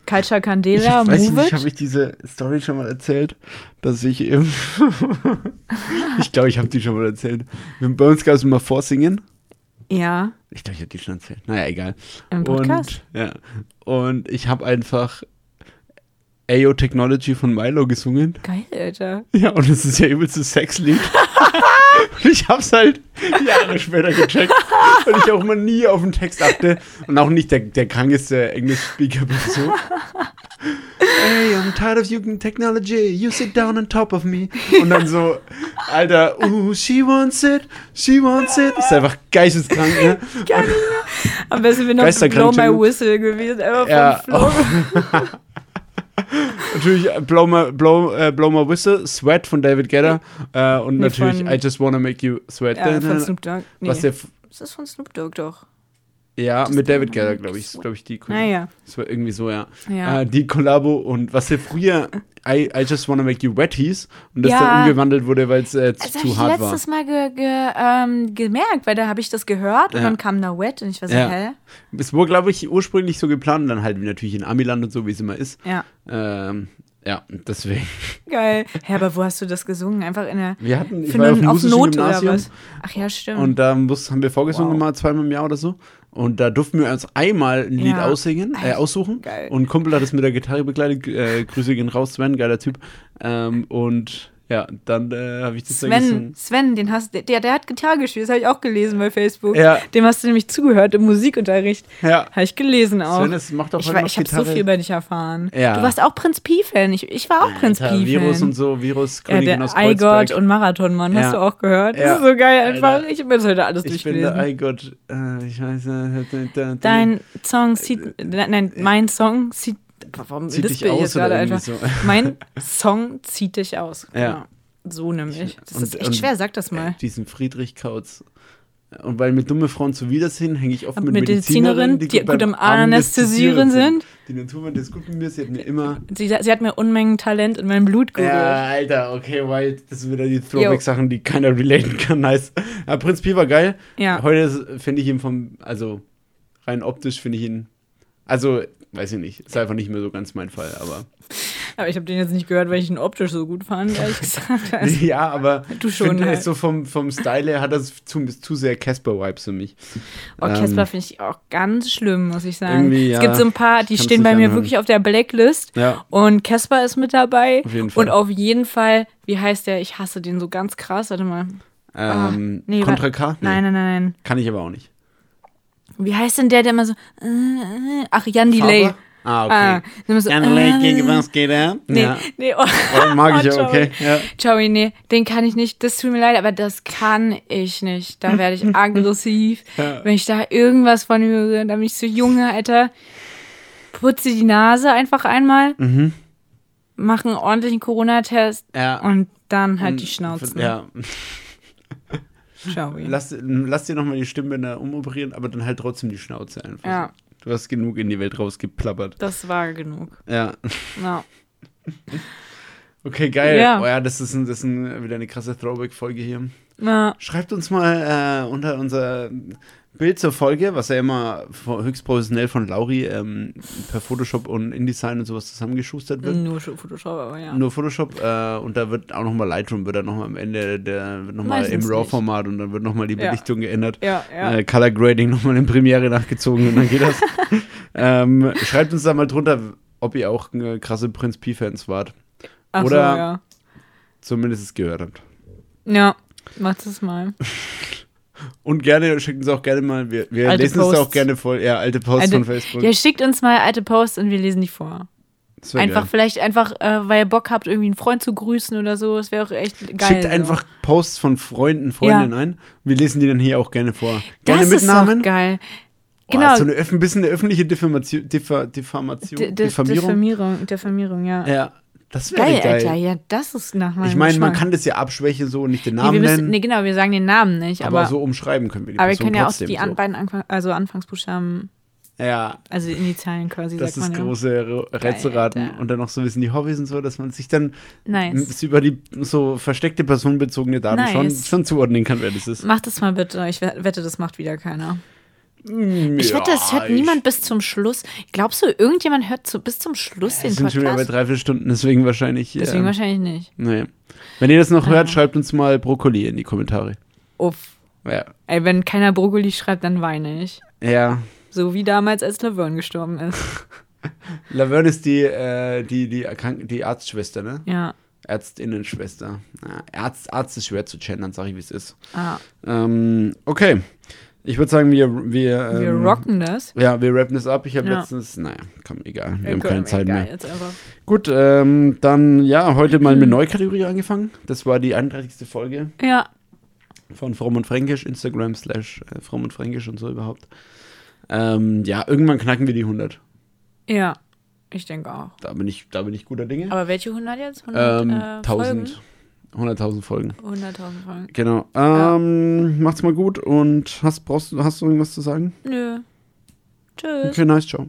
B: Culture
A: Ich
B: Candela,
A: weiß
B: Move
A: nicht, habe
B: It.
A: ich diese Story schon mal erzählt, dass ich eben. ich glaube, ich habe die schon mal erzählt. Bei uns gab es immer Vorsingen.
B: Ja,
A: Ich glaube, ich habe die schon erzählt. Naja, egal.
B: im Podcast.
A: Und, ja. Und ich habe einfach AO Technology von Milo gesungen.
B: Geil, Alter.
A: Ja, und es ist ja übelste Sexlied. und ich hab's halt Jahre später gecheckt, weil ich auch mal nie auf den Text achte und auch nicht der, der krankeste English-Speaker bin so. Hey, I'm tired of you technology, you sit down on top of me. Und dann so, Alter, ooh, she wants it, she wants it. Ist einfach geisteskrank, ne?
B: Am besten wäre noch Blow
A: Geisterkrank,
B: My
A: Entschuldigung.
B: Whistle gewesen. Einfach
A: Ja. oh,
B: vom Flo.
A: Natürlich äh, Blow My, Blow, äh, Blow My Whistle, Sweat von David Guetta äh, und
B: Nee,
A: natürlich
B: von-
A: I Just Wanna Make You Sweat.
B: Ja, von Snoop Dogg. Nee.
A: Was der,
B: das ist von Snoop Dogg doch.
A: ja,
B: Just
A: mit David
B: Wanna
A: Guetta,
B: Make
A: glaube
B: You
A: ich,
B: Sweat.
A: glaube ich, die Kunde.
B: Naja.
A: Das war irgendwie so, ja.
B: Ja.
A: Äh, die Kollabo und was ja früher I, I Just Wanna Make You Wet hieß und das
B: Ja.
A: dann umgewandelt wurde, weil es äh,
B: Das
A: zu,
B: habe ich
A: zu hart war.
B: letztes Mal ge, ge, ähm, gemerkt, weil da habe ich das gehört und
A: Ja.
B: dann kam da Wet und ich war so,
A: Ja.
B: hä?
A: Es wurde, glaube ich, ursprünglich so geplant, dann halt wie natürlich in Amiland und so, wie es immer ist.
B: Ja.
A: Ähm, ja, deswegen.
B: Geil. Hä, aber wo hast du das gesungen? Einfach in der.
A: Wir hatten, ich
B: für
A: war auf
B: einen-
A: dem russischen Gymnasium
B: Ach ja, stimmt.
A: und da muss, haben wir vorgesungen
B: Mhm. Wow.
A: mal zweimal im Jahr oder so. Und da durften wir uns einmal ein Lied
B: Ja.
A: aussingen, äh, aussuchen.
B: Geil.
A: Und Kumpel hat es mit der Gitarre begleitet. Äh, Grüße gehen raus, Sven, geiler Typ. Ähm, und ja, dann äh, habe ich das dann gesungen.
B: Sven, Sven, den hast der, der hat Gitarre gespielt, das habe ich auch gelesen bei Facebook.
A: Ja.
B: Dem hast du nämlich zugehört im Musikunterricht.
A: Ja.
B: Habe ich gelesen auch.
A: Sven, das macht doch
B: ich
A: heute
B: war-
A: noch
B: ich habe so
A: Gitarre.
B: viel über dich erfahren.
A: Ja.
B: Du warst auch Prinz Pi-Fan. Ich, ich war auch Prinz
A: Alter,
B: Pi-Fan.
A: Virus und so, Virus,
B: ja,
A: Königin
B: der
A: aus Kreuzberg.
B: Eigott und Marathonmann,
A: Ja.
B: hast du auch gehört?
A: Ja.
B: Das ist so geil einfach.
A: Alter.
B: Ich habe mir das heute alles
A: ich bin der
B: durchgelesen.
A: Eigott. Äh, ich weiß nicht. Äh,
B: Dein Song sieht, nein, mein Song sieht, warum
A: Zieht
B: lispel
A: dich
B: ich
A: aus
B: jetzt gerade
A: oder irgendwie
B: einfach?
A: so.
B: Mein Song zieht dich aus.
A: Ja.
B: Genau. So nämlich. Das
A: Und-
B: ist echt
A: und-
B: schwer, sag das mal.
A: Äh, Diesen Friedrich Kautz. Und weil mir dumme Frauen zuwider sind, hänge ich oft mit,
B: Medizinerinnen,
A: Medizinerinnen,
B: die gut
A: beim
B: am Anästhesieren sind.
A: Die Natur das gut mit mir, sie hat mir immer.
B: Sie, sie hat mir Unmengen Talent in meinem Blut
A: Ja,
B: gerührt.
A: Alter, okay, wild. Das sind wieder die Throwback-Sachen, die keiner relaten kann. Nice. Ja, Prinz Pi war geil.
B: Ja.
A: Heute ist- finde ich ihn vom, also rein optisch finde ich ihn, also weiß ich nicht, ist einfach nicht mehr so ganz mein Fall, aber.
B: Aber ich habe den jetzt nicht gehört, weil ich ihn optisch so gut fand, ehrlich gesagt. Also,
A: ja, aber
B: Du
A: ich
B: schon,
A: finde,
B: halt.
A: ist so vom, vom Style her hat das zu, zu sehr Casper-Vibes für mich.
B: oh, Casper finde ich auch ganz schlimm, muss ich sagen.
A: Ähm, Irgendwie,
B: Es
A: ja.
B: gibt so ein paar, die
A: Ich kann's
B: stehen bei
A: nicht
B: mir
A: anhören.
B: wirklich auf der Blacklist.
A: Ja.
B: Und Casper ist mit dabei.
A: Auf jeden Fall.
B: Und auf jeden Fall, wie heißt der? Ich hasse den so ganz krass. Warte mal.
A: Ähm,
B: Ah, nee,
A: Contra
B: wa-
A: K? Nee,
B: Nein, nein, nein, nein.
A: Kann ich aber auch nicht.
B: Wie heißt denn der, der immer so. Äh, äh, ach, Jan Delay.
A: Faber? Ah, okay.
B: Ah, der immer so,
A: Dann leg
B: äh,
A: gegen was geht er?
B: Nee,
A: Ja.
B: nee, oh.
A: Oh, mag ich
B: Oh,
A: ja,
B: sorry.
A: okay. Ja.
B: Joey, nee, den kann ich nicht. Das tut mir leid, aber das kann ich nicht. Da werde ich aggressiv.
A: Ja.
B: Wenn ich da irgendwas von höre, dann bin ich so Junge, Alter. Putze die Nase einfach einmal,
A: Mhm.
B: mach einen ordentlichen Corona-Test
A: Ja.
B: und dann halt die Schnauze.
A: Mhm. Ja.
B: Joey.
A: Lass, lass dir nochmal die Stimmbänder umoperieren, aber dann halt trotzdem die Schnauze einfach.
B: Ja.
A: Du hast genug in die Welt rausgeplappert.
B: Das war genug.
A: Ja.
B: Ja.
A: Okay, geil.
B: Ja.
A: Oh ja, das ist, ein, das ist ein, wieder eine krasse Throwback-Folge hier.
B: Na,
A: Schreibt uns mal äh, unter unser Bild zur Folge, was ja immer vo- höchst professionell von Lauri ähm, per Photoshop und InDesign und sowas zusammengeschustert wird.
B: nur Sch- Photoshop, aber ja.
A: Hm. Nur Photoshop äh, und da wird auch nochmal Lightroom, wird dann nochmal am Ende, der wird nochmal im
B: Meistens nicht.
A: RAW-Format und dann wird nochmal die
B: Ja.
A: Belichtung geändert.
B: Ja, ja.
A: Äh, Color Grading nochmal in Premiere nachgezogen und dann geht das. ähm, schreibt uns da mal drunter, ob ihr auch äh, krasse Prinz P-Fans wart.
B: Ach
A: oder-
B: so, ja.
A: Zumindest es gehört habt.
B: Ja, macht es mal.
A: Und gerne, schickt uns auch gerne mal, wir, wir
B: Alte
A: lesen uns da auch
B: Posts.
A: gerne voll, ja, alte Posts
B: Alte-
A: von Facebook.
B: Ja, schickt uns mal alte Posts und wir lesen die vor.
A: Das wär
B: einfach
A: geil.
B: vielleicht einfach, äh, weil ihr Bock habt, irgendwie einen Freund zu grüßen oder so. Das wäre auch echt geil.
A: Schickt
B: so.
A: einfach Posts von Freunden, Freundinnen ein. Wir lesen die dann hier auch gerne vor. Gerne
B: das
A: mit
B: ist
A: Namen.
B: doch geil.
A: Boah,
B: Genau.
A: so eine öff ein bisschen eine öffentliche Diffamation, Diffa Diffamation,
B: D- D-
A: Diffamierung.
B: Diffamierung, Diffamierung, ja.
A: Ja, das wäre
B: geil,
A: geil.
B: Alter. Ja, das ist nach meinem
A: Ich meine, man
B: Geschmack.
A: kann das ja abschwächen so und nicht den Namen
B: nee, wir müssen,
A: nennen,
B: nee, genau, wir sagen den Namen nicht,
A: aber,
B: aber,
A: so umschreiben können wir die
B: aber wir
A: Person
B: können ja auch
A: trotzdem
B: die an,
A: so.
B: beiden Anfang, also Anfangsbuchstaben,
A: Ja,
B: also Initialen quasi,
A: das
B: sagt
A: ist
B: man
A: große Re- Rätselraten
B: Alter.
A: und dann noch so ein bisschen die Hobbys und so, dass man sich dann
B: ja. Nice.
A: m- über die so versteckte personenbezogene Daten
B: Nice.
A: schon, schon zuordnen kann, wer das ist.
B: Macht das mal bitte. Ich we- wette, das macht wieder keiner. Mm, Ich
A: ja,
B: wette, es hört
A: ich-
B: niemand bis zum Schluss. Glaubst du, irgendjemand hört zu, bis zum Schluss
A: Wir
B: den
A: sind schon wieder bei
B: Podcast?
A: drei, vier Stunden, deswegen wahrscheinlich.
B: Deswegen
A: ähm,
B: wahrscheinlich nicht.
A: nee. Wenn ihr das noch hört, schreibt uns mal Brokkoli in die Kommentare.
B: Uff.
A: Ja.
B: Ey, wenn keiner Brokkoli schreibt, dann weine ich.
A: Ja.
B: So wie damals, als Laverne gestorben ist.
A: Laverne ist die, äh, die, die, Erkrank die Arztschwester, ne?
B: Ja.
A: Ärztinnenschwester. Ja, Arzt, Arzt ist schwer zu gendern, sag ich, wie es ist.
B: Ah,
A: Ähm, okay. Ich würde sagen, wir. Wir, ähm,
B: wir rocken das.
A: Ja, wir rappen das ab. Ich habe
B: Ja.
A: letztens. Naja, komm, egal. Wir haben
B: Egal,
A: keine Zeit
B: egal, Mhm.
A: mehr.
B: Jetzt einfach.
A: Gut, ähm, dann, ja, heute mal mit Neukategorie angefangen. Das war die 31. Folge
B: Ja,
A: von Fromm und Fränkisch, Instagram slash äh, Fromm und Fränkisch und so überhaupt. Ähm, ja, irgendwann knacken wir die 100.
B: ja. Ich denke auch.
A: Da bin ich, da bin ich guter Dinge.
B: Aber welche 100 jetzt? 100,
A: Ähm,
B: äh,
A: 1000. 100.000 Folgen.
B: Folgen? 100.000 Folgen.
A: Genau.
B: Ja.
A: Ähm, Macht's mal gut und hast, brauchst, du- hast du irgendwas zu sagen?
B: Nö. Tschüss.
A: Okay, nice, ciao.